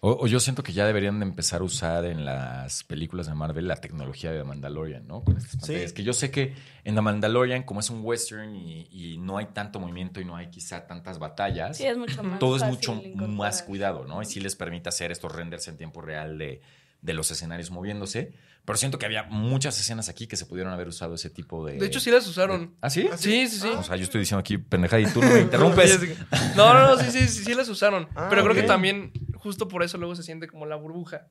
O, o yo siento que ya deberían de empezar a usar en las películas de Marvel la tecnología de Mandalorian, ¿no? Con estas pantallas. Que yo sé que en The Mandalorian, como es un western y, y no hay tanto movimiento y no hay quizá tantas batallas, Sí, es mucho más todo es fácil mucho incorporar. más cuidado, ¿no? Y sí les permite hacer estos renders en tiempo real de, de los escenarios moviéndose. Pero siento que había muchas escenas aquí que se pudieron haber usado ese tipo de. De hecho, sí las usaron. ¿Ah, sí? Ah, Sí, sí, sí. O sea, yo estoy diciendo aquí pendejada y tú no me interrumpes. No, no, no, sí, sí, sí, sí las usaron. Ah, Pero creo ok. que también, justo por eso luego se siente como la burbuja.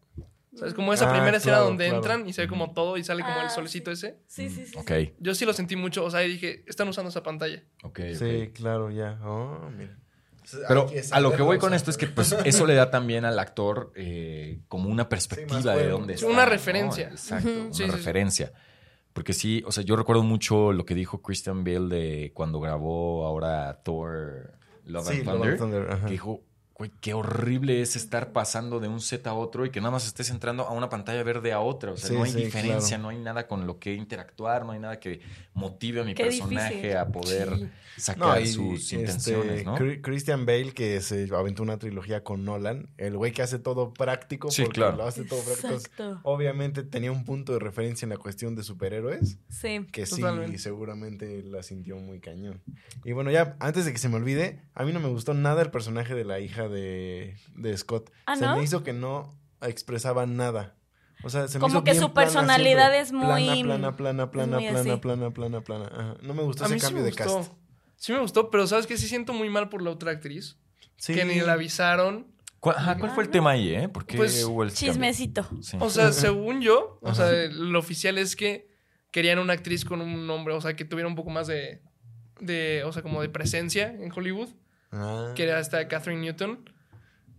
¿Sabes? Como esa Ah, primera escena claro, donde claro. entran y se ve como todo y sale como Ah, el solecito ese. Sí, sí, sí. Ok, sí. Yo sí lo sentí mucho. O sea, y dije, están usando esa pantalla. ok, ok. Sí, claro, ya. Oh, mira. Pero a lo que voy con esto es que pues eso le da también al actor eh, como una perspectiva más de juego. dónde Sí, está. una ¿no? referencia. Exacto, Ujú. una Sí, sí, sí. referencia. Porque sí, o sea, yo recuerdo mucho lo que dijo Christian Bale de cuando grabó ahora Thor Love Sí, and Love Thunder. and Thunder, ajá. Que dijo, güey, qué horrible es estar pasando de un set a otro y que nada más estés entrando a una pantalla verde a otra. O sea, Sí, no hay sí, diferencia, claro. no hay nada con lo que interactuar, no hay nada que motive a mi Qué personaje difícil. a poder No, sacar y sus este, intenciones, ¿no? Cri- Christian Bale, que se aventó una trilogía con Nolan, el güey que hace todo práctico, Sí, porque claro. lo hace todo práctico. Exacto. Obviamente tenía un punto de referencia en la cuestión de superhéroes, Sí. que sí, Totalmente. seguramente la sintió muy cañón. Y bueno, ya, antes de que se me olvide, a mí no me gustó nada el personaje de la hija de, de Scott. ¿Ah, se no? me hizo que no expresaba nada. O sea, se me Como hizo que bien su plana personalidad siempre. es muy- Plana, plana, plana, plana, muy plana, así. plana, plana, plana. Ajá. No me gustó A ese mí sí cambio me de cast. gustó. Sí me gustó, pero ¿sabes qué? Sí siento muy mal por la otra actriz. Sí. Que ni la avisaron. ¿Cuál, ajá, ¿cuál fue el tema ahí, eh? ¿Por qué Pues, hubo el cambio? Chismecito. Sí. O sea, según yo, o sea, Ajá. lo oficial es que querían una actriz con un nombre, o sea, que tuviera un poco más de, de o sea, como de presencia en Hollywood, Ah. que era esta Catherine Newton.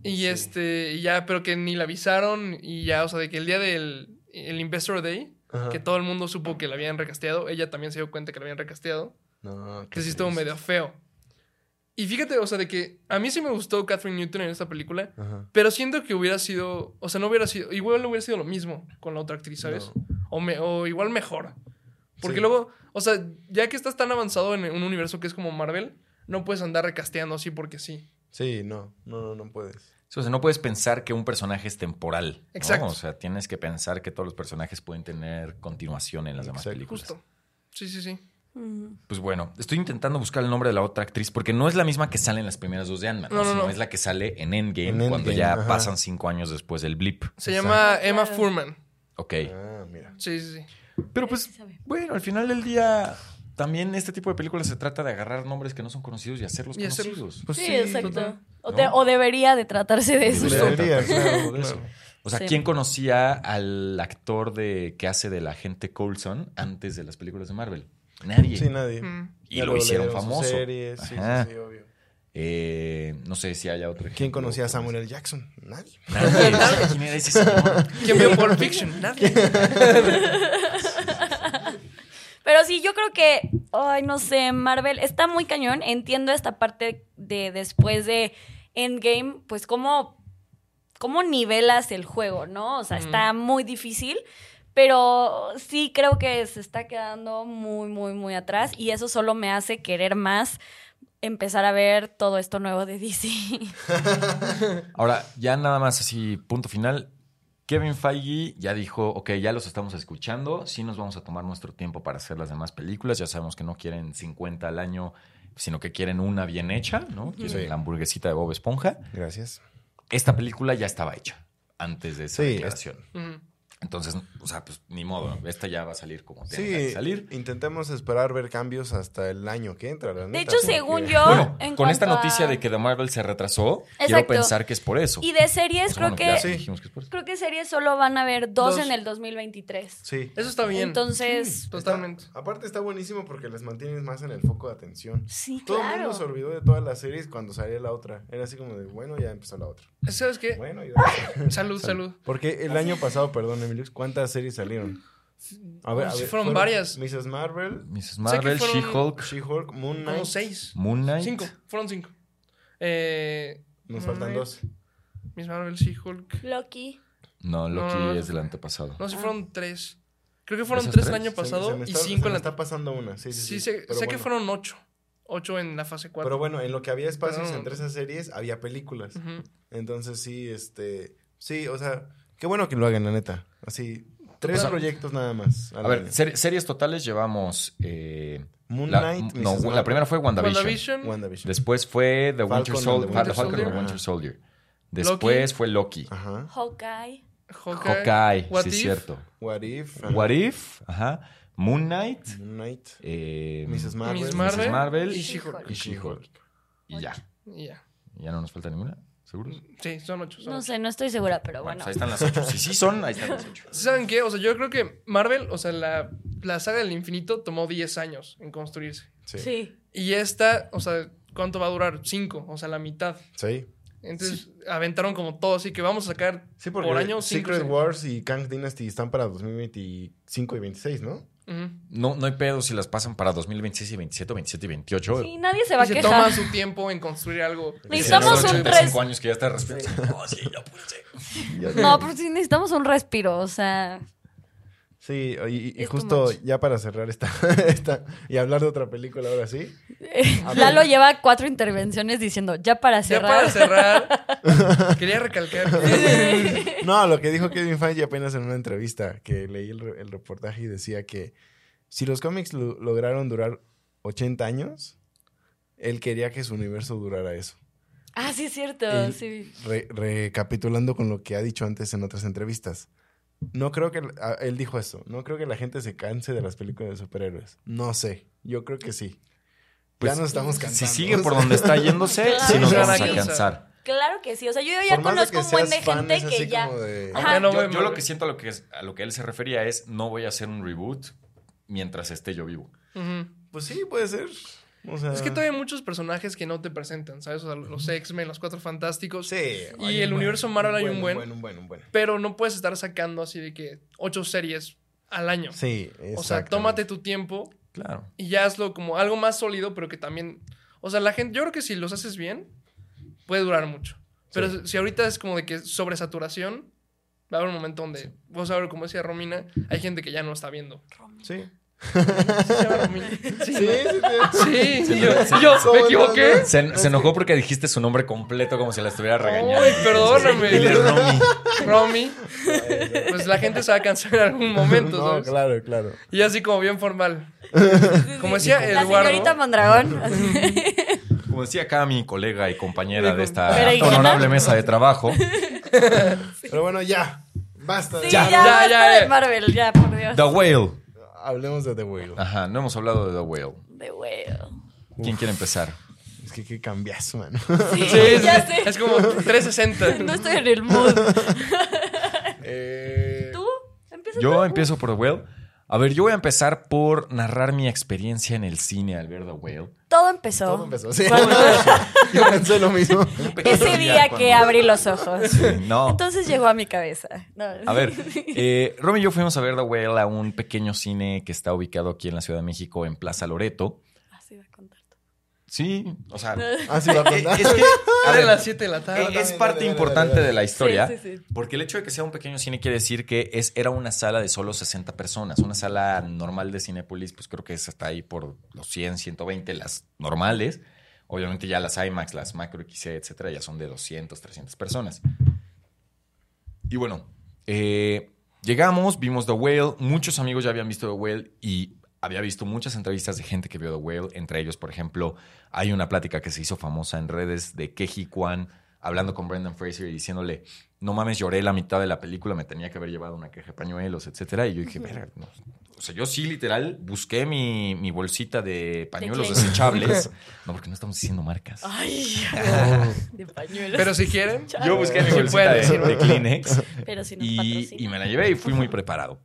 Y Sí. este, y ya, pero que ni la avisaron y ya, o sea, de que el día del el Investor Day, Ajá. que todo el mundo supo que la habían recasteado, ella también se dio cuenta que la habían recasteado, No, qué que sí estuvo triste. medio feo. Y fíjate, o sea, de que a mí sí me gustó Catherine Newton en esta película, Ajá. pero siento que hubiera sido, o sea, no hubiera sido, igual hubiera sido lo mismo con la otra actriz, ¿sabes? No. O, me- o igual mejor. Porque Sí. luego, o sea, ya que estás tan avanzado en un universo que es como Marvel, no puedes andar recasteando así porque sí. Sí, no, no, no, no puedes. Sí, o sea, no puedes pensar que un personaje es temporal. ¿no? Exacto. O sea, tienes que pensar que todos los personajes pueden tener continuación en las demás Exacto. películas. Justo. Pues Sí, sí, sí. Mm. Pues bueno, estoy intentando buscar el nombre de la otra actriz porque no es la misma que sale en las primeras dos de Ant-Man, No, no, sino no. es la que sale en Endgame, En cuando Endgame, ya ajá. pasan cinco años después del blip. Se Exacto. llama Emma Ah, Claro. Furman. Ok. Ah, mira. Sí, sí, sí. Pero pues, Sí sabe. bueno, al final del día, también este tipo de películas se trata de agarrar nombres que no son conocidos y hacerlos Y hacerlos. conocidos. Pues sí, sí, exacto. O, ¿no? de- o debería de tratarse de eso. Justo. Debería, claro, Por eso. claro. O sea, Sí. ¿quién conocía al actor de que hace del agente Coulson antes de las películas de Marvel? Nadie. Sí, nadie. Mm. y Ya lo luego le hicieron dieron sus famoso. series, sí, sí, Ajá. sí, obvio. Eh, no sé si haya otro. ¿Quién ejemplo. conocía a Samuel L. Jackson? Nadie. Nadie. ¿Quién era ese señor? ¿Quién vio Pulp Fiction? Nadie. Pero sí, yo creo que, ay, no sé, Marvel está muy cañón. Entiendo esta parte de después de Endgame, pues cómo, cómo nivelas el juego, ¿no? O sea, Ujú. está muy difícil. Pero sí creo que se está quedando muy, muy, muy atrás. Y eso solo me hace querer más empezar a ver todo esto nuevo de DC. Ahora, ya nada más así, punto final. Kevin Feige ya dijo, ok, ya los estamos escuchando, sí nos vamos a tomar nuestro tiempo para hacer las demás películas, ya sabemos que no quieren 50 al año, sino que quieren una bien hecha, ¿no? Quieren Sí. la hamburguesita de Bob Esponja. Gracias. Esta película ya estaba hecha antes de esa Sí, declaración. Mm. Entonces, o sea, pues ni modo, esta ya va a salir como tenga que Sí, salir. intentemos esperar ver cambios hasta el año que entra. la De neta, hecho, porque- según yo, Bueno, en con esta cuanto a- noticia de que The Marvel se retrasó, quiero Exacto. pensar que es por eso. Y de series, O sea, creo bueno, que ya Sí. dijimos que es por eso. creo que series solo van a haber dos, Dos. en el 2023. Sí. Eso está bien. Entonces, Totalmente. Está- aparte está buenísimo porque les mantienes más en el foco de atención. sí, Todo el claro. mundo se olvidó de todas las series cuando salía la otra. Era así como de, bueno, ya empezó la otra. ¿Sabes qué? Bueno, y Salud, salud. Porque el año pasado, perdón, Emilio, ¿cuántas series salieron? Sí, fueron varias. Mrs. Marvel, Mrs. Sé que Marvel, fueron- She-Hulk, She-Hulk, Moon Knight. Como seis. Moon Knight. Cinco. Fueron cinco. Eh, Nos faltan Moon Knight, dos. Miss Marvel, She-Hulk. Loki. No, Loki no, no. es del antepasado. Ah. No sé, fueron tres. Creo que fueron ¿Esas tres el tres? año Se pasado me y está- cinco se en me la. está pasando una. Sí, sí, sí, sí. sé, Pero sé que bueno. fueron ocho. Ocho en la fase cuatro. Pero bueno, en lo que había espacios Pero- entre esas series, había películas. Ujú. Entonces sí, este... Sí, o sea, qué bueno que lo hagan, la neta. Así, tres O Pues, sea, proyectos nada más. al A año. ver, ser- series totales llevamos. eh, Moon la, Knight, no, Mrs. la Marvel, primera fue WandaVision. WandaVision. WandaVision. Después fue The Falcon Winter and the Soldier. Fal- Winter Falcon and the Soldier. Winter Soldier. Después fue Loki. Ajá. Hawkeye. Hawkeye. Hawkeye, What sí, If, es cierto. What If. ajá. What If, ajá. Moon Knight, Moon Knight. eh, Mrs. Marvel. Miss Marvel. Mm. Marvel. Marvel. Y y She-Hulk. She-Hulk. Y ya. Y ya. Ya no nos falta ninguna, ¿seguros? Sí, son ocho. son pues, No ocho. sé, no estoy segura, pero bueno. Bueno, pues ahí están las ocho. Si sí son, ahí están las ocho. ¿Saben qué? O sea, yo creo que Marvel, o sea, la, la saga del infinito tomó 10 años en construirse. Sí. Sí. Sí. Y esta, o sea, ¿cuánto va a durar? 5, o sea, la mitad. Entonces, aventaron como todo, así que vamos a sacar Sí, porque por año 5. Secret Wars y Kang Dynasty están para 2025 y 26, ¿no? No, no hay pedo si las pasan para 2026 y 27, 27 y 28. Sí, nadie se va a se quejar. toma su tiempo en construir algo. Necesitamos Señor de un 85 res- años que ya está respirando. No, sí, ya puse. No, pero sí necesitamos un respiro, o sea. Sí, y- y, y Es too justo much. ya para cerrar esta, esta y hablar de otra película ahora sí. ver. Lalo lleva cuatro intervenciones diciendo, ya para Ya cerrar. para cerrar, quería recalcar que No, lo que dijo Kevin Feige apenas en una entrevista que leí el, re- el reportaje y decía que si los cómics lo- lograron durar 80 años, él quería que su universo durara eso. Ah, sí, es cierto. El- sí. Re- recapitulando con lo que ha dicho antes en otras entrevistas. No creo que... a- Él dijo eso. No creo que la gente se canse de las películas de superhéroes. No sé. Yo creo que sí. Pues, ya nos estamos cansando. Si sigue por donde está yéndose, sí nos Sí, vamos sí. a cansar. Claro que sí. O sea, yo ya Por más de conozco que un buen de seas fan, gente es que así ya. como de- Ajá. Aunque no yo, me- yo lo que siento a lo que, es- a lo que él se refería es no voy a hacer un reboot mientras esté yo vivo. Ujú. Pues sí, puede ser. O sea, Es que todavía hay muchos personajes que no te presentan, ¿sabes? O sea, los X-Men, los Cuatro Fantásticos. Sí. Y hay el buen- universo Marvel hay un buen. Un buen, un buen. Pero no puedes estar sacando así de que ocho series al año. Sí, o sea, tómate tu tiempo Claro. y ya hazlo como algo más sólido, pero que también. O sea, la gente, yo creo que si los haces bien, puede durar mucho. Pero Sí. si ahorita es como de que sobresaturación, va a haber un momento donde, vos sabes, como decía Romina, hay gente que ya no está viendo. Sí. ¿Sí se llama Romina? Sí, Sí, sí, sí. Sí, yo, yo, sí. me equivoqué. Se, se enojó porque dijiste su nombre completo como si la estuviera regañando. Ay, perdóname. Dile, Romy. Romy. Pues la gente se va a cansar en algún momento, No, ¿sabes? claro, claro. Y así como bien formal. sí, Como sí. decía la Eduardo. señorita Mondragón. así. Como decía acá mi colega y compañera de esta Berenjena. honorable mesa de trabajo, Pero bueno, ya. Basta. de- Sí, Ya, ya, ya, basta ya, de ya. Marvel, ya, por Dios. The Whale. Hablemos de The Whale. Ah. Ajá, no hemos hablado de The Whale. De huevo. ¿Quién quiere empezar? Es que qué cambiazo, mano. Sí, Sí, ya sí. sé. Es como 360. No estoy en el mood. Eh, ¿Tú? Empieza tú. Yo empiezo por The Whale. A ver, yo voy a empezar por narrar mi experiencia en el cine al ver The Whale. Todo empezó. Todo empezó así. Yo pensé lo mismo. Ese día que abrí los ojos. No. Entonces llegó a mi cabeza. No. A ver, eh, Romy y yo fuimos a ver The Whale a un pequeño cine que está ubicado aquí en la Ciudad de México, en Plaza Loreto. Así va Ah, a contar tú. Sí, o sea... Así Ah, va a eh, contar. es que, a Era ver, eh, las 7 de la tarde. es dale, parte dale, importante dale, dale. de la historia. Sí, sí, sí. Porque el hecho de que sea un pequeño cine quiere decir que es, era una sala de solo 60 personas. Una sala normal de Cinépolis, pues creo que es hasta ahí por los 100, 120, las normales. Obviamente ya las IMAX, las Macro XC, etcétera, ya son de 200, 300 personas. Y bueno, eh, llegamos, vimos The Whale. Muchos amigos ya habían visto The Whale y había visto muchas entrevistas de gente que vio The Whale. Entre ellos, por ejemplo, hay una plática que se hizo famosa en redes de Keji Kwan hablando con Brendan Fraser y diciéndole, no mames, lloré la mitad de la película, me tenía que haber llevado una queja de pañuelos, etcétera. Y yo dije, verga, no". O sea, yo sí, literal, busqué mi, mi bolsita de pañuelos Kleenex. desechables. No, porque no estamos diciendo marcas. Ay, de pañuelos. Pero si quieren, Ah, Yo busqué mi Sí bolsita de, puedes. de Kleenex. Pero si nos y, patrocina. y me la llevé y fui muy preparado.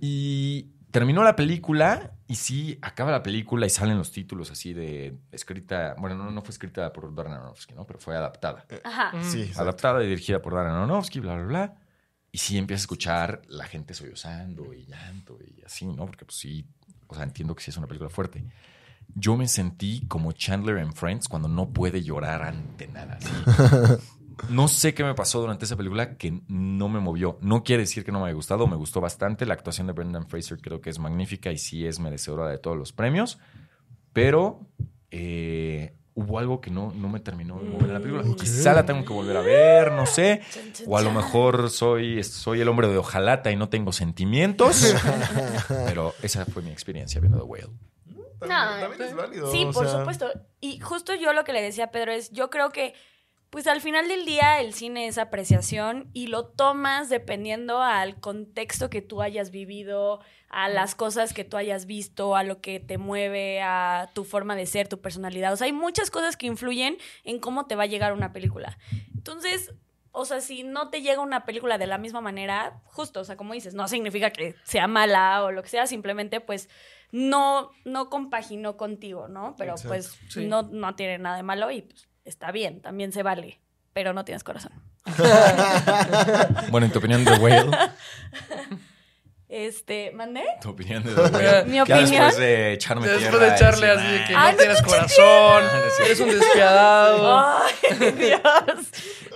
Y terminó la película y sí, acaba la película y salen los títulos así de escrita, bueno, no, no fue escrita por Darren Aronofsky, ¿no? Pero fue adaptada. Ajá. Sí, sí. Adaptada y dirigida por Darren Aronofsky, bla, bla, bla. Y sí empieza a escuchar la gente sollozando y llanto y así, ¿no? Porque pues sí, o sea, entiendo que sí es una película fuerte. Yo me sentí como Chandler en Friends cuando no puede llorar ante nada. así. No sé qué me pasó durante esa película que no me movió. No quiere decir que no me haya gustado, me gustó bastante. La actuación de Brendan Fraser creo que es magnífica y sí es merecedora de todos los premios. Pero eh, hubo algo que no, no me terminó de mover en la película. Quizá la tengo que volver a ver, no sé. Chan, chan, O a lo chan. mejor soy, soy el hombre de hojalata y no tengo sentimientos. Pero esa fue mi experiencia viendo The Whale. También, No, también es válido. Sí, o por sea, supuesto. Y justo yo lo que le decía a Pedro es, yo creo que, pues al final del día el cine es apreciación y lo tomas dependiendo al contexto que tú hayas vivido, a las cosas que tú hayas visto, a lo que te mueve, a tu forma de ser, tu personalidad. O sea, hay muchas cosas que influyen en cómo te va a llegar una película. Entonces... O sea, si no te llega una película de la misma manera, justo, o sea, como dices, no significa que sea mala o lo que sea, simplemente pues no, no compaginó contigo, ¿no? Pero Exacto. pues Sí. no, no tiene nada de malo y pues, está bien, también se vale, pero no tienes corazón. Bueno, en tu opinión de The Whale. Este, ¿mandé? Tu opinión de The Whale. Mi Ya opinión. Ah. después de echarme Después tierra de echarle encima. así de Ay, que no no Ah. tienes corazón, Ah, Ah, Sí. eres un despiadado. ¡Ay, Dios!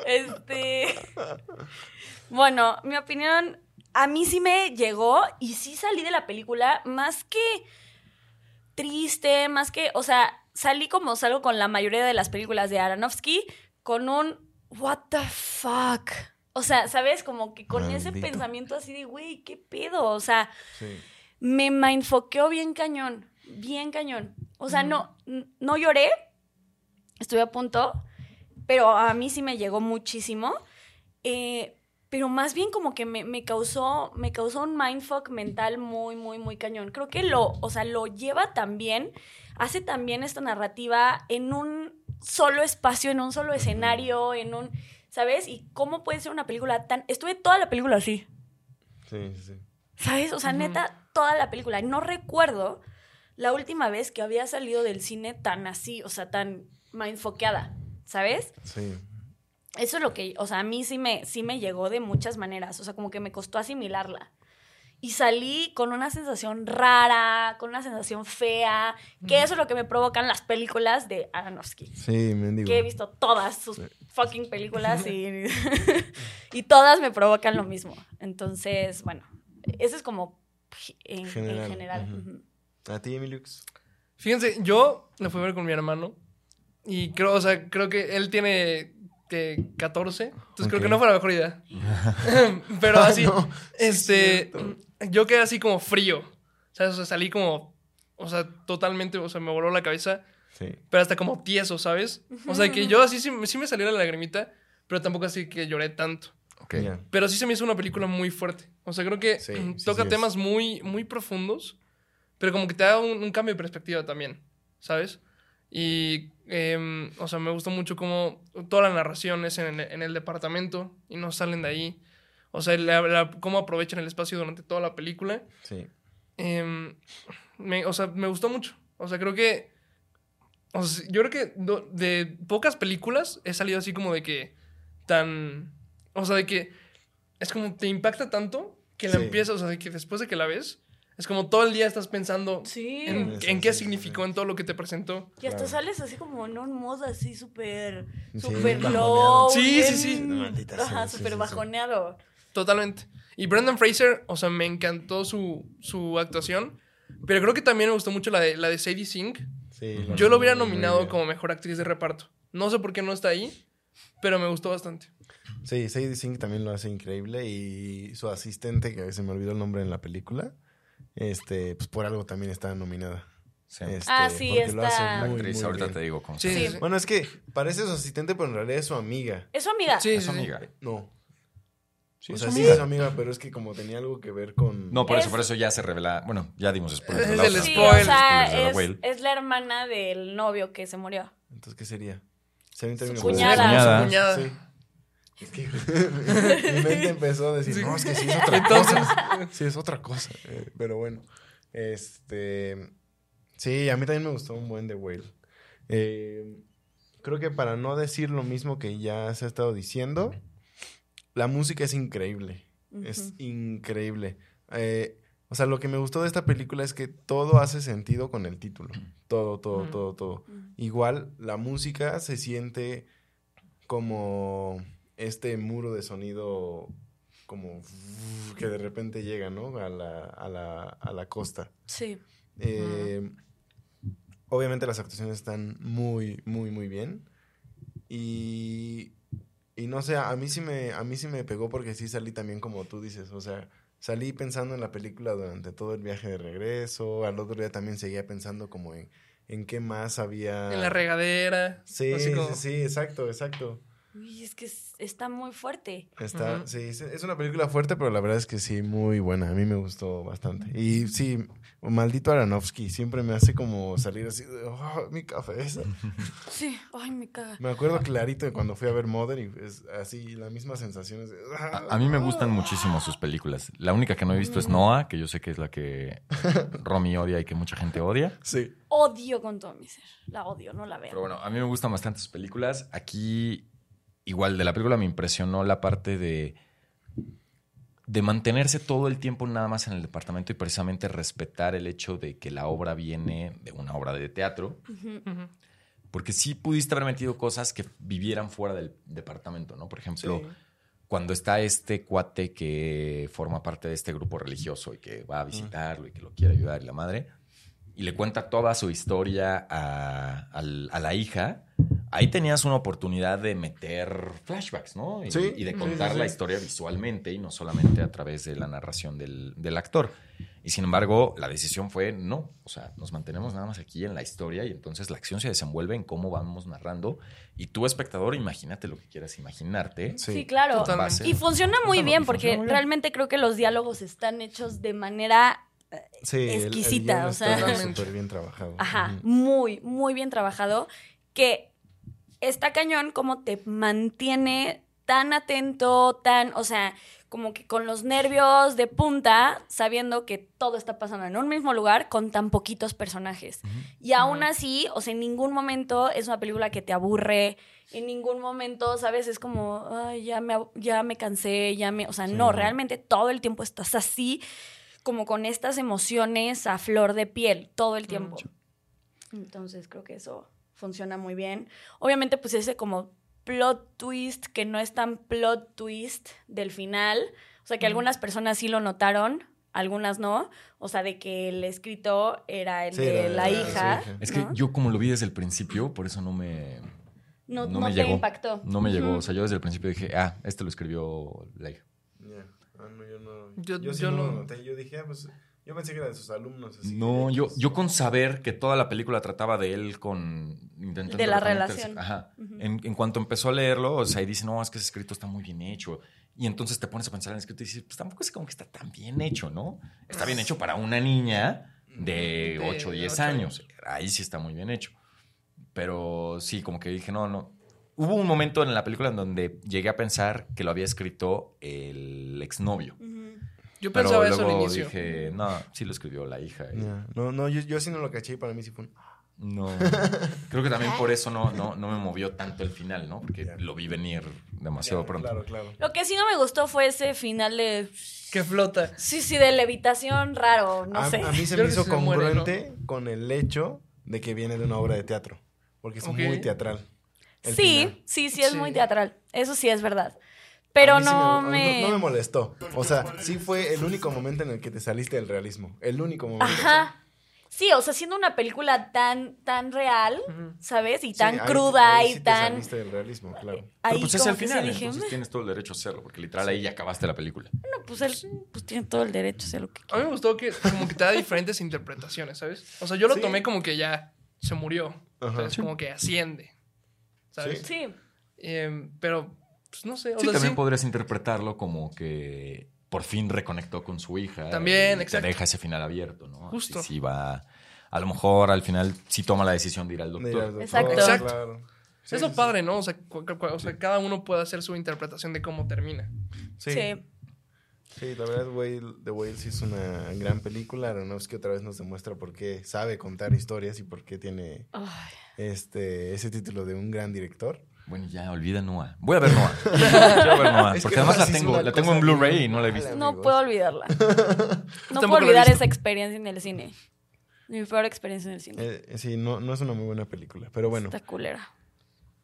Este. Bueno, mi opinión. A mí sí me llegó y sí salí de la película más que triste, más que. O sea, salí como salgo con la mayoría de las películas de Aronofsky, con un. ¿What the fuck? O sea, ¿sabes? Como que con ese Maldito. pensamiento así de, güey, ¿qué pedo? O sea, Sí. me mindfoqueó bien cañón, bien cañón. O sea, no, n- no lloré, estuve a punto, pero a mí sí me llegó muchísimo. Eh, pero más bien como que me, me causó, me causó un mindfuck mental muy, muy, muy cañón. Creo que lo, o sea, lo lleva también, hace también esta narrativa en un solo espacio, en un solo escenario, en un, ¿sabes? Y cómo puede ser una película tan... Estuve toda la película así. Sí, sí, sí. ¿Sabes? O sea, Ujú. neta, toda la película. No recuerdo la última vez que había salido del cine tan así, o sea, tan enfoqueada, ¿sabes? Sí. Eso es lo que, o sea, a mí sí me, sí me llegó de muchas maneras, o sea, como que me costó asimilarla. Y salí con una sensación rara, con una sensación fea, que eso es lo que me provocan las películas de Aronofsky. Sí, mendigo. Que he visto todas sus fucking películas y, y todas me provocan lo mismo. Entonces, bueno, eso es como en en general. General, ujú. ujú. A ti, Emilux. Fíjense, yo la fui a ver con mi hermano y creo, o sea, creo que él tiene eh, 14, entonces creo Ok. que no fue la mejor idea. Pero así, Ah, no, este, cierto. yo quedé así como frío, ¿sabes? O sea, salí como, o sea, totalmente, o sea, me voló la cabeza. Sí. pero hasta como tieso, ¿sabes? O sea, que yo así sí, sí me salió la lagrimita, pero tampoco así que lloré tanto. Ok. Ya. Pero sí se me hizo una película muy fuerte. O sea, creo que Sí, mm, sí, toca sí es. temas muy, muy profundos, pero como que te da un, un cambio de perspectiva también, ¿sabes? Y, em, o sea, me gustó mucho como toda la narración es en el, en el departamento y no salen de ahí. O sea, la- la- cómo aprovechan el espacio durante toda la película. Sí. Em, me, o sea, me gustó mucho. O sea, creo que. o sea, yo creo que do- de pocas películas he salido así como de que. Tan. O sea, de que. Es como te impacta tanto que la Sí. empiezas. O sea, de que después de que la ves. Es como todo el día estás pensando Sí. en, Sí, en sí, qué sí, significó, sí. en todo lo que te presentó. Y hasta Claro. sales así como en un mood así súper Sí, súper bajoneado. low. Sí, sí, bien- sí. Maldita sea, Ajá, sí, súper sí, sí. bajoneado. Totalmente. Y Brendan Fraser, o sea, me encantó su, su actuación. Pero creo que también me gustó mucho la de, la de Sadie Sink. Sí, Ujú. la Yo lo hubiera muy nominado bien. como mejor actriz de reparto. No sé por qué no está ahí, pero me gustó bastante. Sí, Sadie Sink también lo hace increíble y su asistente, que se me olvidó el nombre en la película, este, pues por algo también está nominada. Sí. Este, Ah, sí, porque lo hace está. muy, La actriz, muy ahorita bien. te digo cómo Sí, se sí, llama. sí. Bueno, es que parece su asistente, pero en realidad es su amiga. Eso, amiga. Sí, Es sí, sí. amiga. No. Sí, o es sea, su sí amiga. es su amiga, pues- pero es que como tenía algo que ver con. No, por eso, Es- por eso ya se revela. Bueno, ya dimos spoilers. Es de el la otra. Sí, spoiler. o sea, Spoilers de la es, Whale. es la hermana del novio que se murió. Entonces, ¿qué sería? Se me terminó- Su cuñada. Su cuñada. Sí. Es que mi mente empezó a decir, Sí. no, es que sí es otra Entonces- cosa. Sí es otra cosa. Eh, pero bueno. Este. Sí, a mí también me gustó un buen The Whale. Eh, creo que para no decir lo mismo que ya se ha estado diciendo, la música es increíble. Es Ujú. increíble. Eh, o sea, lo que me gustó de esta película es que todo hace sentido con el título. Todo, todo, Ujú. todo, todo. Igual la música se siente como este muro de sonido como que de repente llega, ¿no? A la, a la, a la costa. Sí. Eh, Obviamente las actuaciones están muy, muy, muy bien. Y, y no sé, a mí, sí me, a mí sí me pegó porque sí salí también como tú dices, o sea, salí pensando en la película durante todo el viaje de regreso, al otro día también seguía pensando como en, en qué más había... En la regadera. Sí, así sí, como- sí, exacto, exacto. Uy, es que es- está muy fuerte. Está, Ujú. sí, es- es una película fuerte, pero la verdad es que sí, muy buena. A mí me gustó bastante. Y sí, maldito Aronofsky, siempre me hace como salir así de, "Oh, mi cabeza. Sí. Ay, me caga. Me acuerdo clarito de cuando fui a ver Mother y es así, las mismas sensaciones. de, "Ah". A, a mí me gustan muchísimo sus películas. La única que no he Mm. visto es Noah, que yo sé que es la que Romy odia y que mucha gente odia. Sí. Odio con todo mi ser. La odio, no la veo. Pero bueno, a mí me gustan bastante sus películas. Aquí, igual de la película, me impresionó la parte de, de mantenerse todo el tiempo nada más en el departamento y precisamente respetar el hecho de que la obra viene de una obra de teatro. Ujú. Ujú. Porque sí pudiste haber metido cosas que vivieran fuera del departamento, ¿no? Por ejemplo, cuando está este cuate que forma parte de este grupo religioso y que va a visitarlo y que lo quiere ayudar y la madre, y le cuenta toda su historia a, al- a la hija, ahí tenías una oportunidad de meter flashbacks, ¿no? Y, Sí, y de sí, contar sí, sí. la historia visualmente y no solamente a través de la narración del, del actor. Y sin embargo, la decisión fue no, o sea, nos mantenemos nada más aquí en la historia y entonces la acción se desenvuelve en cómo vamos narrando y tú, espectador, imagínate lo que quieras imaginarte. Sí, claro. Total. Totalmente. Y funciona muy Funciona- bien funciona porque muy bien. realmente creo que los diálogos están hechos de manera, Sí, el- el Exquisita, guion o está sea. súper bien trabajado. ajá, Ujú. muy, muy bien trabajado, que está cañón como te mantiene tan atento, tan, o sea, como que con los nervios de punta, sabiendo que todo está pasando en un mismo lugar con tan poquitos personajes. Y aún Ujú. así, o sea, en ningún momento es una película que te aburre, en ningún momento, ¿sabes? Es como, ay, ya me, ab- ya me cansé, ya me... O sea, Sí. no, realmente todo el tiempo estás así, como con estas emociones a flor de piel, todo Mm, el tiempo. Entonces, creo que eso funciona muy bien. Obviamente, pues ese como plot twist, que no es tan plot twist del final, o sea, que algunas personas sí lo notaron, algunas no, o sea, de que el escrito era el Sí, de era- la, era de su hija. hija. Es que ¿no? yo como lo vi desde el principio, por eso no me... no, no no me te llegó. impactó. No me llegó, Ujú. o sea, yo desde el principio dije, ah, este lo escribió la hija. Ya. Ah, no, yo no. Yo, Yo- sí yo no no- lo noté. Yo dije, ah, pues, yo pensé que pues, era de sus alumnos. así, "Ah". No, de yo, X. yo con saber que toda la película trataba de él con... Intentando De la reconectarse- relación. Ajá. Ujú. en, en cuanto empezó a leerlo, o sea, y dice, no, es que ese escrito está muy bien hecho. Y entonces te pones a pensar en el escrito y dices, pues tampoco es como que está tan bien hecho, ¿no? Está bien hecho para una niña De de 8 o 10 ocho años. Ahí sí está muy bien hecho. Pero sí, como que dije, no, no. Hubo un momento en la película en donde llegué a pensar que lo había escrito el exnovio. Ujú. Yo Pero pensaba eso al luego inicio. dije, no, sí lo escribió la hija. Y- Ya. No, no, yo, yo sí no lo caché y para mí sí fue un... No. Creo que también por eso no, no, no me movió tanto el final, ¿no? Porque Ya. lo vi venir demasiado Ya, pronto. Claro, claro. Lo que sí no me gustó fue ese final de. Que flota. Sí, sí, de levitación raro, no Ah, a, sé. a mí se me Yo creo que hizo se muere, ¿no? congruente con el hecho de que viene de una obra de teatro. Porque es Ok. muy teatral. el sí, final. sí, sí, es Sí. muy teatral. Eso sí es verdad. Pero A mí sí no, a mí me... no, no me molestó. O sea, sí fue el único momento en el que te saliste del realismo. El único momento. Ajá. Sí, o sea, siendo una película tan, tan real, Ujú. ¿sabes? Y Sí, tan ahí- cruda ahí y sí Te tan. saliste del realismo, claro. Ahí Pero pues es como el que sí final, dije, entonces "Meh". tienes todo el derecho a hacerlo, porque literal ahí ya acabaste la película. Bueno, pues él pues, tiene todo el derecho a hacer lo que A mí me gustó que como que te da diferentes interpretaciones, ¿sabes? O sea, yo lo Sí. tomé como que ya se murió. Ajá. ¿sabes? Como que asciende. ¿Sabes? Sí. Sí. Eh, pero, pues no sé. O Sí, sea, también sí. podrías interpretarlo como que por fin reconectó con su hija. También, y te exacto. deja ese final abierto, ¿no? Así Justo. sí va. A lo mejor al final sí toma la decisión de ir al doctor. De ir al doctor, Exacto. Exacto. claro. Sí, es lo sí, sí. padre, ¿no? O sea, cu- cu- cu- o sea, cada uno puede hacer su interpretación de cómo termina. Sí. Sí, la verdad, Whale, The Whale sí es una gran película. Aronofsky otra vez nos demuestra por qué sabe contar historias y por qué tiene Ay, este ese título de un gran director. Bueno, ya, olvida Noah. Voy a ver Noah. Quiero ver Noah, Es que porque además Noah la sí es tengo, una la tengo en cosa bien Blu-ray y no la he visto. mala. no amigos. puedo olvidarla. no puedo tampoco la he olvidar visto. esa experiencia en el cine. Mi peor experiencia en el cine. Eh, sí, no, no es una muy buena película, pero bueno. Está culera.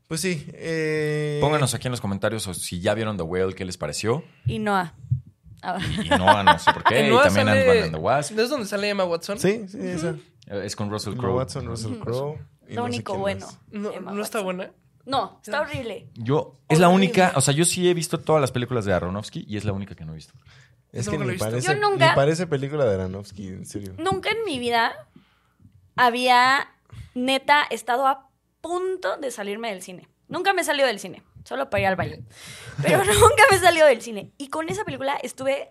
Pues sí. eh, Pónganos aquí en los comentarios o si ya vieron The Whale, qué les pareció. Y Noah. Ah, Y no, no sé por qué. En y Noah también sale- Ant-Man and the Wasp. ¿No es donde sale Emma Watson? Sí, sí, esa. Eh, Es con Russell Emma Crowe. Watson, Russell Crowe. y Lo no sé único quién bueno. más. No, Emma no está Watson. buena. No, está No. horrible. Yo, es la Horrible. única, o sea, yo sí he visto todas las películas de Aronofsky y es la única que no he visto. Es Nunca que lo he ni visto. parece, Yo nunca- ni parece película de Aronofsky, en serio. Nunca en mi vida había neta estado a punto de salirme del cine. Nunca me salió del cine, solo para ir al baño. Pero nunca me salió del cine. Y con esa película estuve,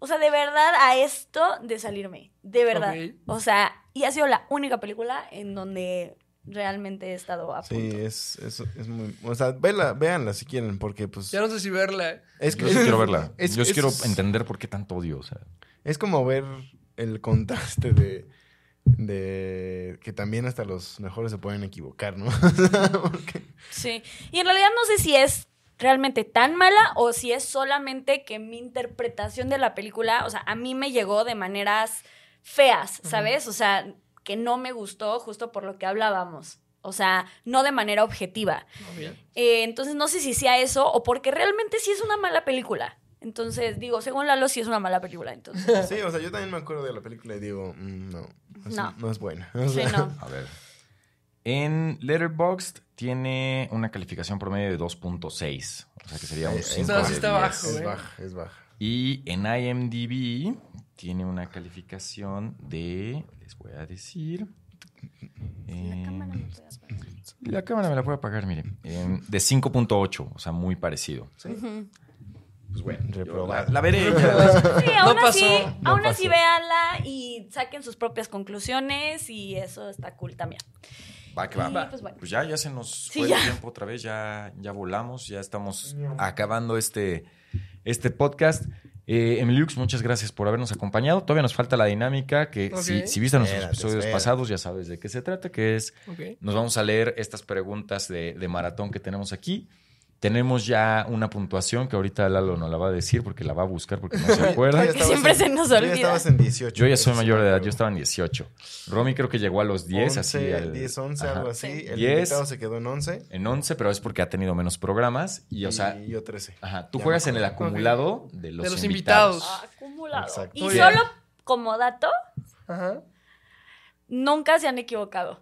o sea, de verdad a esto de salirme. De verdad. Ok. O sea, y ha sido la única película en donde realmente he estado a Sí, punto. es, es, es muy... O sea, vela, véanla si quieren, porque pues... Ya no sé si verla. ¿eh? Es, Yo sí quiero verla. es- yo sí es- quiero entender por qué tanto odio. O sea, Es como ver el contraste de... De que también hasta los mejores se pueden equivocar, ¿no? Porque- Sí. Y en realidad no sé si es realmente tan mala o si es solamente que mi interpretación de la película, o sea, a mí me llegó de maneras feas, ¿sabes? O sea, que no me gustó justo por lo que hablábamos. O sea, no de manera objetiva. No, bien. Eh, entonces no sé si sea eso o porque realmente sí es una mala película. Entonces, digo, según Lalo sí es una mala película, entonces. Sí, o sea, yo también me acuerdo de la película y digo, mm, no, es- No. no. es buena. O Sí, sea, no. a ver. En Letterboxd tiene una calificación promedio de 2.6. O sea, que sería un Es- 5 no, sí está de 10. bajo, Es eh. baja, es baja. Y en IMDb tiene una calificación de. Les voy a decir. La cámara em, me puede apagar. la cámara me la puede apagar, mire. Em, de 5.8, o sea, muy parecido. Ujú. Pues bueno, yo Reprobada. La, la veré. ya. Sí, aún No así, pasó, no aún así pasó. véanla y saquen sus propias conclusiones y eso está cool también. Va, que va. Y, Va. pues, bueno. Pues ya, ya se nos Sí, fue ya. el tiempo otra vez, ya, ya volamos, ya estamos acabando este, este podcast. Eh, Emiliux, muchas gracias por habernos acompañado. Todavía nos falta la dinámica, que Ok. si, si viste nuestros Espérate, episodios espérate. pasados ya sabes de qué se trata, que es Ok. Nos vamos a leer estas preguntas de, de maratón que tenemos aquí. Tenemos ya una puntuación que ahorita Lalo no la va a decir porque la va a buscar porque no se Tú ya acuerda. Porque estabas siempre en- se nos tú ya olvida. estabas en 18. Yo ya soy Eso mayor sí de me edad, acuerdo. yo estaba en 18. Romy creo que llegó a los 10, 11, así. al- 10, 11, ajá, algo así. Sí. El 10. invitado se quedó en 11. En 11, pero es porque ha tenido menos programas. Y, o sea, ah. yo 13. ajá, tú Ya juegas me en el acuerdo. acumulado de los, De los invitados. invitados. Acumulado. Exacto. Y Muy bien. solo como dato, Ajá. nunca se han equivocado.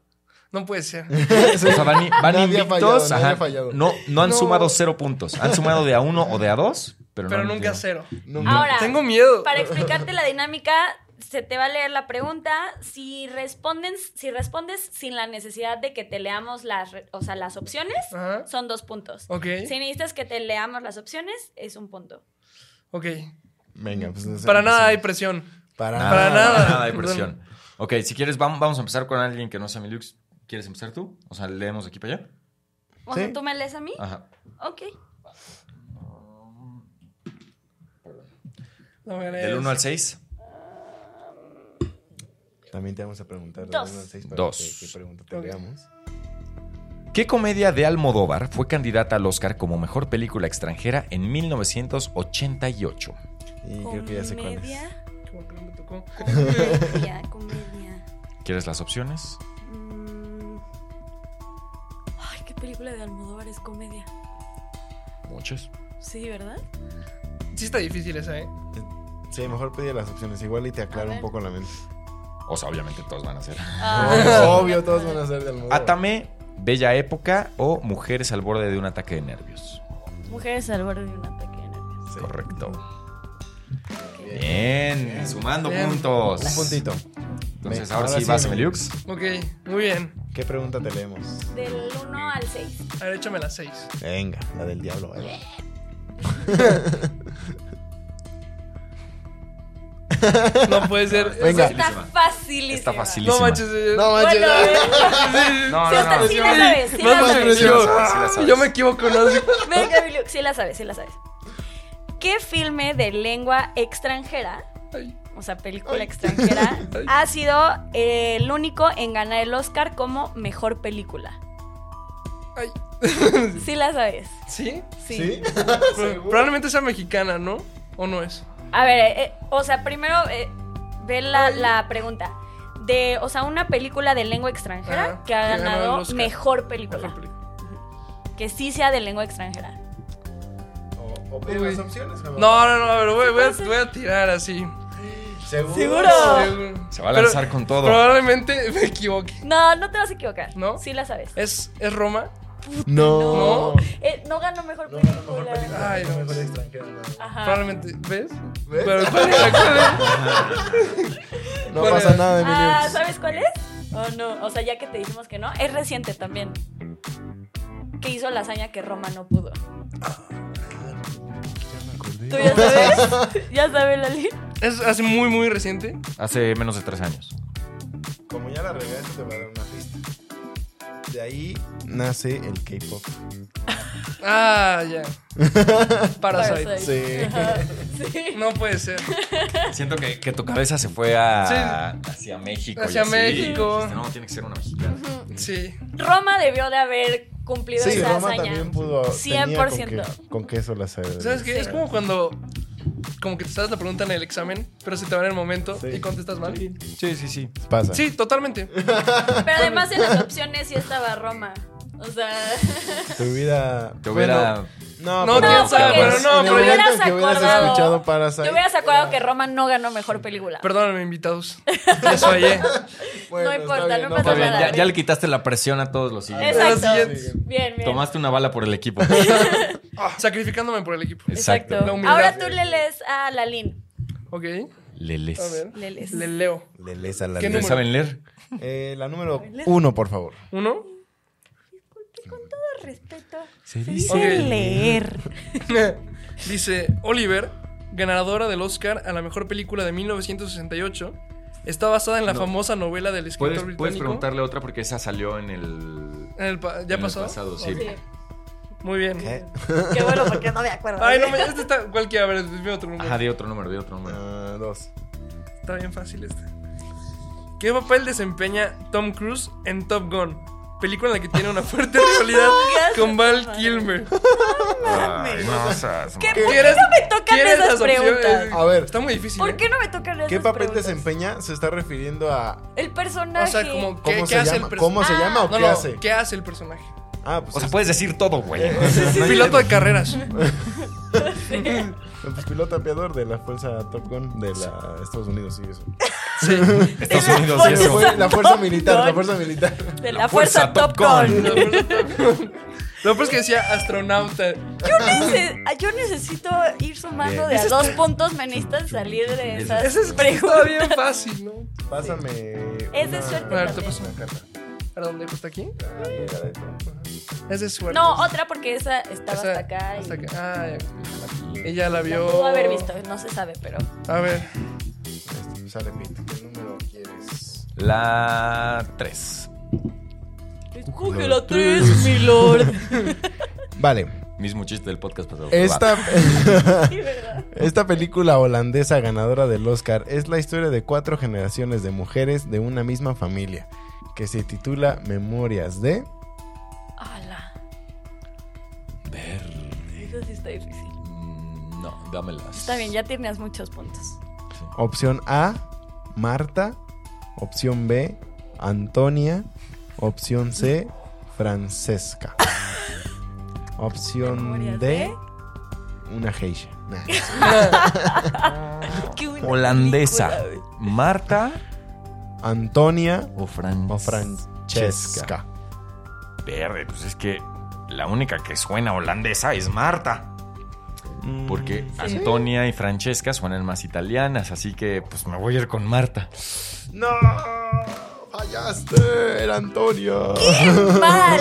No puede ser. O sea, van, i- van Nadie ha invictos. fallado, nadie ajá, ha fallado. no, no han No. sumado cero puntos. Han sumado de a uno o de a dos, pero, Pero no han nunca tenido- cero. No, Ahora, Tengo miedo. para explicarte la dinámica, se te va a leer la pregunta. Si responden, si respondes sin la necesidad de que te leamos las, re- o sea, las opciones, Ajá. son dos puntos. Ok. Si necesitas que te leamos las opciones, es un punto. Ok. Venga, pues. no sé, Para no nada sé. hay presión. Para Nada, Para nada. nada. para nada de Perdón. presión. Ok, si quieres, vam- vamos a empezar con alguien que no sea Milux. ¿Quieres empezar tú? O sea, leemos de aquí para allá. O sea, Sí. Ah. ¿tú me lees a mí? Ajá. Ok. No me lees. Del 1 al 6. También te vamos a preguntar. Dos. Dos. ¿Qué pregunta te Ok. veamos? ¿Qué comedia de Almodóvar fue candidata al Oscar como mejor película extranjera en 1988? Y creo que ya sé cuál es. Comedia, Como que no me tocó. comedia, comedia. ¿Quieres las opciones? Mm. Ay, qué película de Almodóvar es comedia. Muchas. Sí, ¿verdad? Sí está difícil esa, ¿eh? Sí, mejor pedí las opciones. Igual y te aclaro ver. un poco la mente. O sea, obviamente todos van a ser. Ah. Obvio, todos van a ser de Almodóvar. Atame, Bella Época o Mujeres al borde de un ataque de nervios. Mujeres al borde de un ataque de nervios. Sí. Correcto. Bien. Bien, sumando Bien. puntos. Un puntito. Entonces, Ve, ahora ahora, sí sí, vas, Emilio. Emilux. Ok, muy bien. ¿Qué pregunta te leemos? Del 1 al 6. A ver, échame las seis. Venga, la del diablo. ahí va. No puede ser. Venga. Está facilísima. Está facilísima. No manches. eh. No Bueno, manches. No, Sí, hasta sí la sabes, sí No la más sabes. presión. Sí la sabes, sí la sabes. Yo me equivoco, ¿no? Así- venga, Emilio, sí la sabes, sí la sabes. ¿Qué filme de lengua extranjera, Ay, o sea, película extranjera, Ay. ha sido el único en ganar el Oscar como mejor película? ay. Sí la sabes. ¿Sí? ¿Sí? Pro- Probablemente sea mexicana, ¿no? ¿O no es? A ver, eh, eh, o sea, primero eh, ve la, la pregunta. De, o sea, una película de lengua extranjera Ajá, que ha que ganó el ganado Oscar. mejor película. Mejor película. que sí sea de lengua extranjera. O, o pide Uy. las opciones. cabrón. No, no, no, a ver, voy, voy Sí, a, puede voy a tirar así. Seguro. ¿Seguro? Seguro. Se va a Pero lanzar con todo. Probablemente me equivoque. No, no te vas a equivocar. ¿No? Sí la sabes. ¿Es, es Roma? No. No. Eh, no ganó mejor No, película. no, mejor película. Ay, no, no. mejor extranjera. no. Ajá. Probablemente. ¿Ves? ¿Ves? Pero ¿cuál era? ¿Cuál era? No ¿Cuál pasa era? nada, Emilio. Ah, ¿sabes cuál es? O no, o sea, ya que te dijimos que no, es reciente también. Que hizo la hazaña que Roma no pudo. ¿Tú ya sabes? ¿Ya sabes, Lali? Es así muy, muy reciente. Hace menos de tres años. Como ya la regué, esto te va a dar una pista. De ahí nace el K-pop. Ah, ya. Parasite. Parasite. Sí. Ajá, sí. No puede ser. Siento que, que tu cabeza se fue a, hacia México. y Hacia así. México. Dijiste, no, tiene que ser una mexicana. Sí. Roma debió de haber cumplido Sí, esa Roma hazaña. también pudo. tenía con 100%. que- Con queso la sabe. ¿Sabes qué? Es como cuando. Como que te sabes la pregunta en el examen, pero se te va en el momento Sí. y contestas mal. Sí, Sí, sí, sí. Pasa. totalmente. Pero además en las opciones sí estaba Roma. O sea, Te hubiera. Te hubiera. Bueno, no, No, pero- quién sabe, porque pero no, en el pero ya- momento en Te que hubieras hubieras escuchado acordado. Parasite. yo hubieras acordado que Roma no ganó mejor película. Perdóname, invitados. ¿eh? Les fallé. Bueno, No importa, está bien, no no pasa Está pasa bien, nada. ya, ya le quitaste la presión a todos los siguientes. Exacto. Pero sí, Bien, bien. Tomaste una bala por el equipo. Ah, Sacrificándome por el equipo. Exacto. La humildad. Ahora tú le lees a Lalín. Ok. Leles. A ver. Le lees. Le leo. Le lees a la ¿Qué ¿No luz. número? saben leer? Eh, la número uno, por favor. ¿Uno? respeto. Se Ok. leer. Dice Oliver, ganadora del Oscar a la mejor película de 1968, está basada en la No. famosa novela del escritor ¿Puedes, británico. puedes preguntarle otra porque esa salió en el. En el pa- ¿Ya en el pasó? pasado, sí. Sí. Muy bien. ¿Qué? Qué bueno, porque no me acuerdo. Ay, no me. Este está. ¿Cuál que? A ver, dime otro número. Ajá, di otro número, di otro número. Ah, dos. Está bien fácil este. ¿Qué papel desempeña Tom Cruise en Top Gun? Película en la que tiene una fuerte rivalidad haces, con Val madre? Kilmer. Ay, no seas ¿Qué- ¿Por mal. qué ¿Quieres- no me tocan quieres esas las opciones? preguntas? A ver, Está muy difícil. ¿Por ¿eh? qué no me tocan esas ¿qué papel preguntas? desempeña? Se está refiriendo a. El O personaje. sea, como, ¿qué, ¿Cómo qué se hace llama? el personaje? ¿Cómo Ah, se llama o No, qué no, hace? ¿qué hace el personaje? Ah, pues. O sea, es- puedes decir todo, güey. Piloto de carreras. Pues piloto apiador de la fuerza Top Gun de la Estados Unidos, sí, eso. Estados la Unidos, fuerza. La eso. fuer- la fuerza Top militar, la Gun. fuerza militar. De la, La fuerza, fuerza Top Top Gun. Gun. Lo pues que decía astronauta. Yo, nece- yo necesito ir sumando de a dos puntos. Me necesitan salir de esas Ese es está preguntas. bien fácil, ¿no? Pásame. Es de una- suerte A ver, te también. paso una carta. ¿A dónde? ¿Está aquí? Ah, mira, de todo. Es de suerte. No, otra porque esa estaba Esa- hasta acá. y hasta acá. Ah, ya. Ella la la vio. pudo haber visto, no se sabe, pero. A ver. Este, sale Pete. ¿Qué número quieres? La 3. Escoge la tres, mi lord. Vale. Mismo chiste del podcast pasado. Esta, Sí, ¿verdad? esta película holandesa ganadora del Oscar es la historia de cuatro generaciones de mujeres de una misma familia, que se titula Memorias de... Ala, Ver. eso sí está difícil. Mm, No, dámelas. Está bien, ya tienes muchos puntos. Opción A, Marta. Opción B, Antonia. Opción C, Francesca. Opción Memorias D, de- una geisha. Nah, no sé. Qué buena Holandesa. película, Marta Antonia o Fran. o Francesca. Verde, pues es que la única que suena holandesa es Marta. Mm, Porque Antonia y Francesca suenan más italianas, así que pues me voy a ir con Marta. ¡No! ¡Fallaste! Era Antonia. güey. ¡Mal!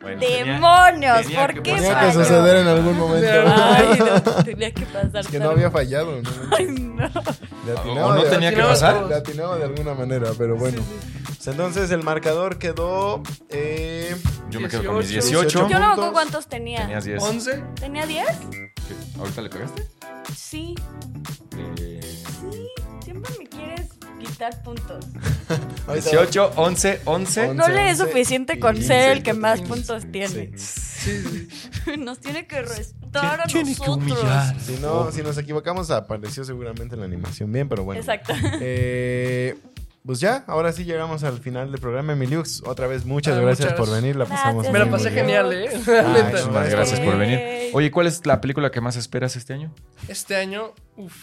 Bueno, tenía- ¡Demonios! tenía ¿Por que qué Tenía pasar. que falló? suceder en algún momento. Claro. Ay, no, tenía que pasar. Es que no había fallado. ¿no? Ay, no. Le O- o atinaba no de- tenía que atinaba pasar. todo. le atinaba de alguna manera, pero bueno. Pues entonces el marcador quedó... eh, Yo me quedo con mis 18. Yo no 18. me acuerdo puntos. cuántos tenía. Tenías 10. ¿Once? ¿Tenía 10? Sí. ¿Ahorita le pegaste? Sí. Eh, Sí. Siempre me quieres quitar puntos. ahí está. 18, 11, 11. No le es once, suficiente con quince, ser el que más quince. puntos tiene. Sí, sí. sí. Nos tiene que restar a Tiene que nosotros. humillar. Si, no, si nos equivocamos, apareció seguramente la animación bien, pero bueno. Exacto. Eh, Pues ya, ahora sí llegamos al final del programa, Emiliux. Otra vez, muchas Ah, gracias muchas por venir. La pasamos Gracias. Me la muy, pasé muy bien. genial, ¿eh? Ay, Neta. no, Muchísimas gracias por venir. Yay. Oye, ¿cuál es la película que más esperas este año? Este año, uff.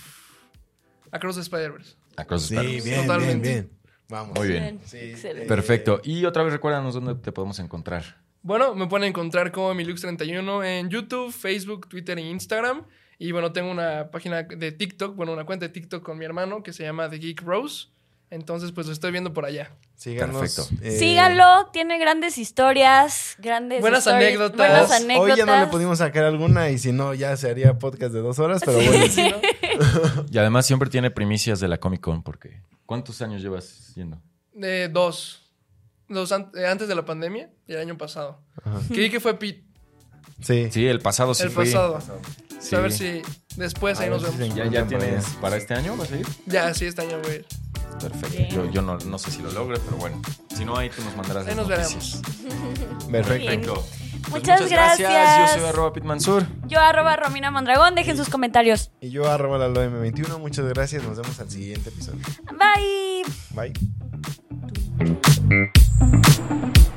Across the Spider-Verse. Across the Sí, Spider-Verse. bien, bien, Totalmente. bien. Vamos. Muy bien. Bien, Sí, excelente. eh, Perfecto. Y otra vez recuérdanos dónde te podemos encontrar. Bueno, me pueden encontrar como Emilux31 en YouTube, Facebook, Twitter e Instagram. Y bueno, tengo una página de TikTok, bueno, una cuenta de TikTok con mi hermano que se llama The Geek Rose. Entonces, pues lo estoy viendo por allá. Síganos. Perfecto. eh, Síganlo, tiene grandes historias, grandes Buenas stories, anécdotas. buenas Hoy- Hoy ya no le anécdotas. pudimos sacar alguna y si no, ya se haría podcast de dos horas, pero bueno. Sí, ¿no? Y además siempre tiene primicias de la Comic Con porque ¿cuántos años llevas yendo? Eh, dos. Dos an- eh, antes de la pandemia y el año pasado. Ajá. Que vi que fue Pete. Sí. Sí, el pasado sí el fui. pasado. Sí. A ver si después ahí A nos ver si vemos. se Ya, ya tienes para este año, ¿vas a ir? Ya, sí, este año, güey. Perfecto. Bien. Yo, yo no, no sé si lo logres, pero bueno. Si no, ahí tú nos mandarás Ahí las nos noticias. Perfecto. Bien. Perfecto. Pues Muchas gracias. Yo soy arroba Pitmansur. Yo arroba Romina Mondragón, dejen sus comentarios. Y yo arroba la LOM21. Muchas gracias. Nos vemos al siguiente episodio. Bye. Bye.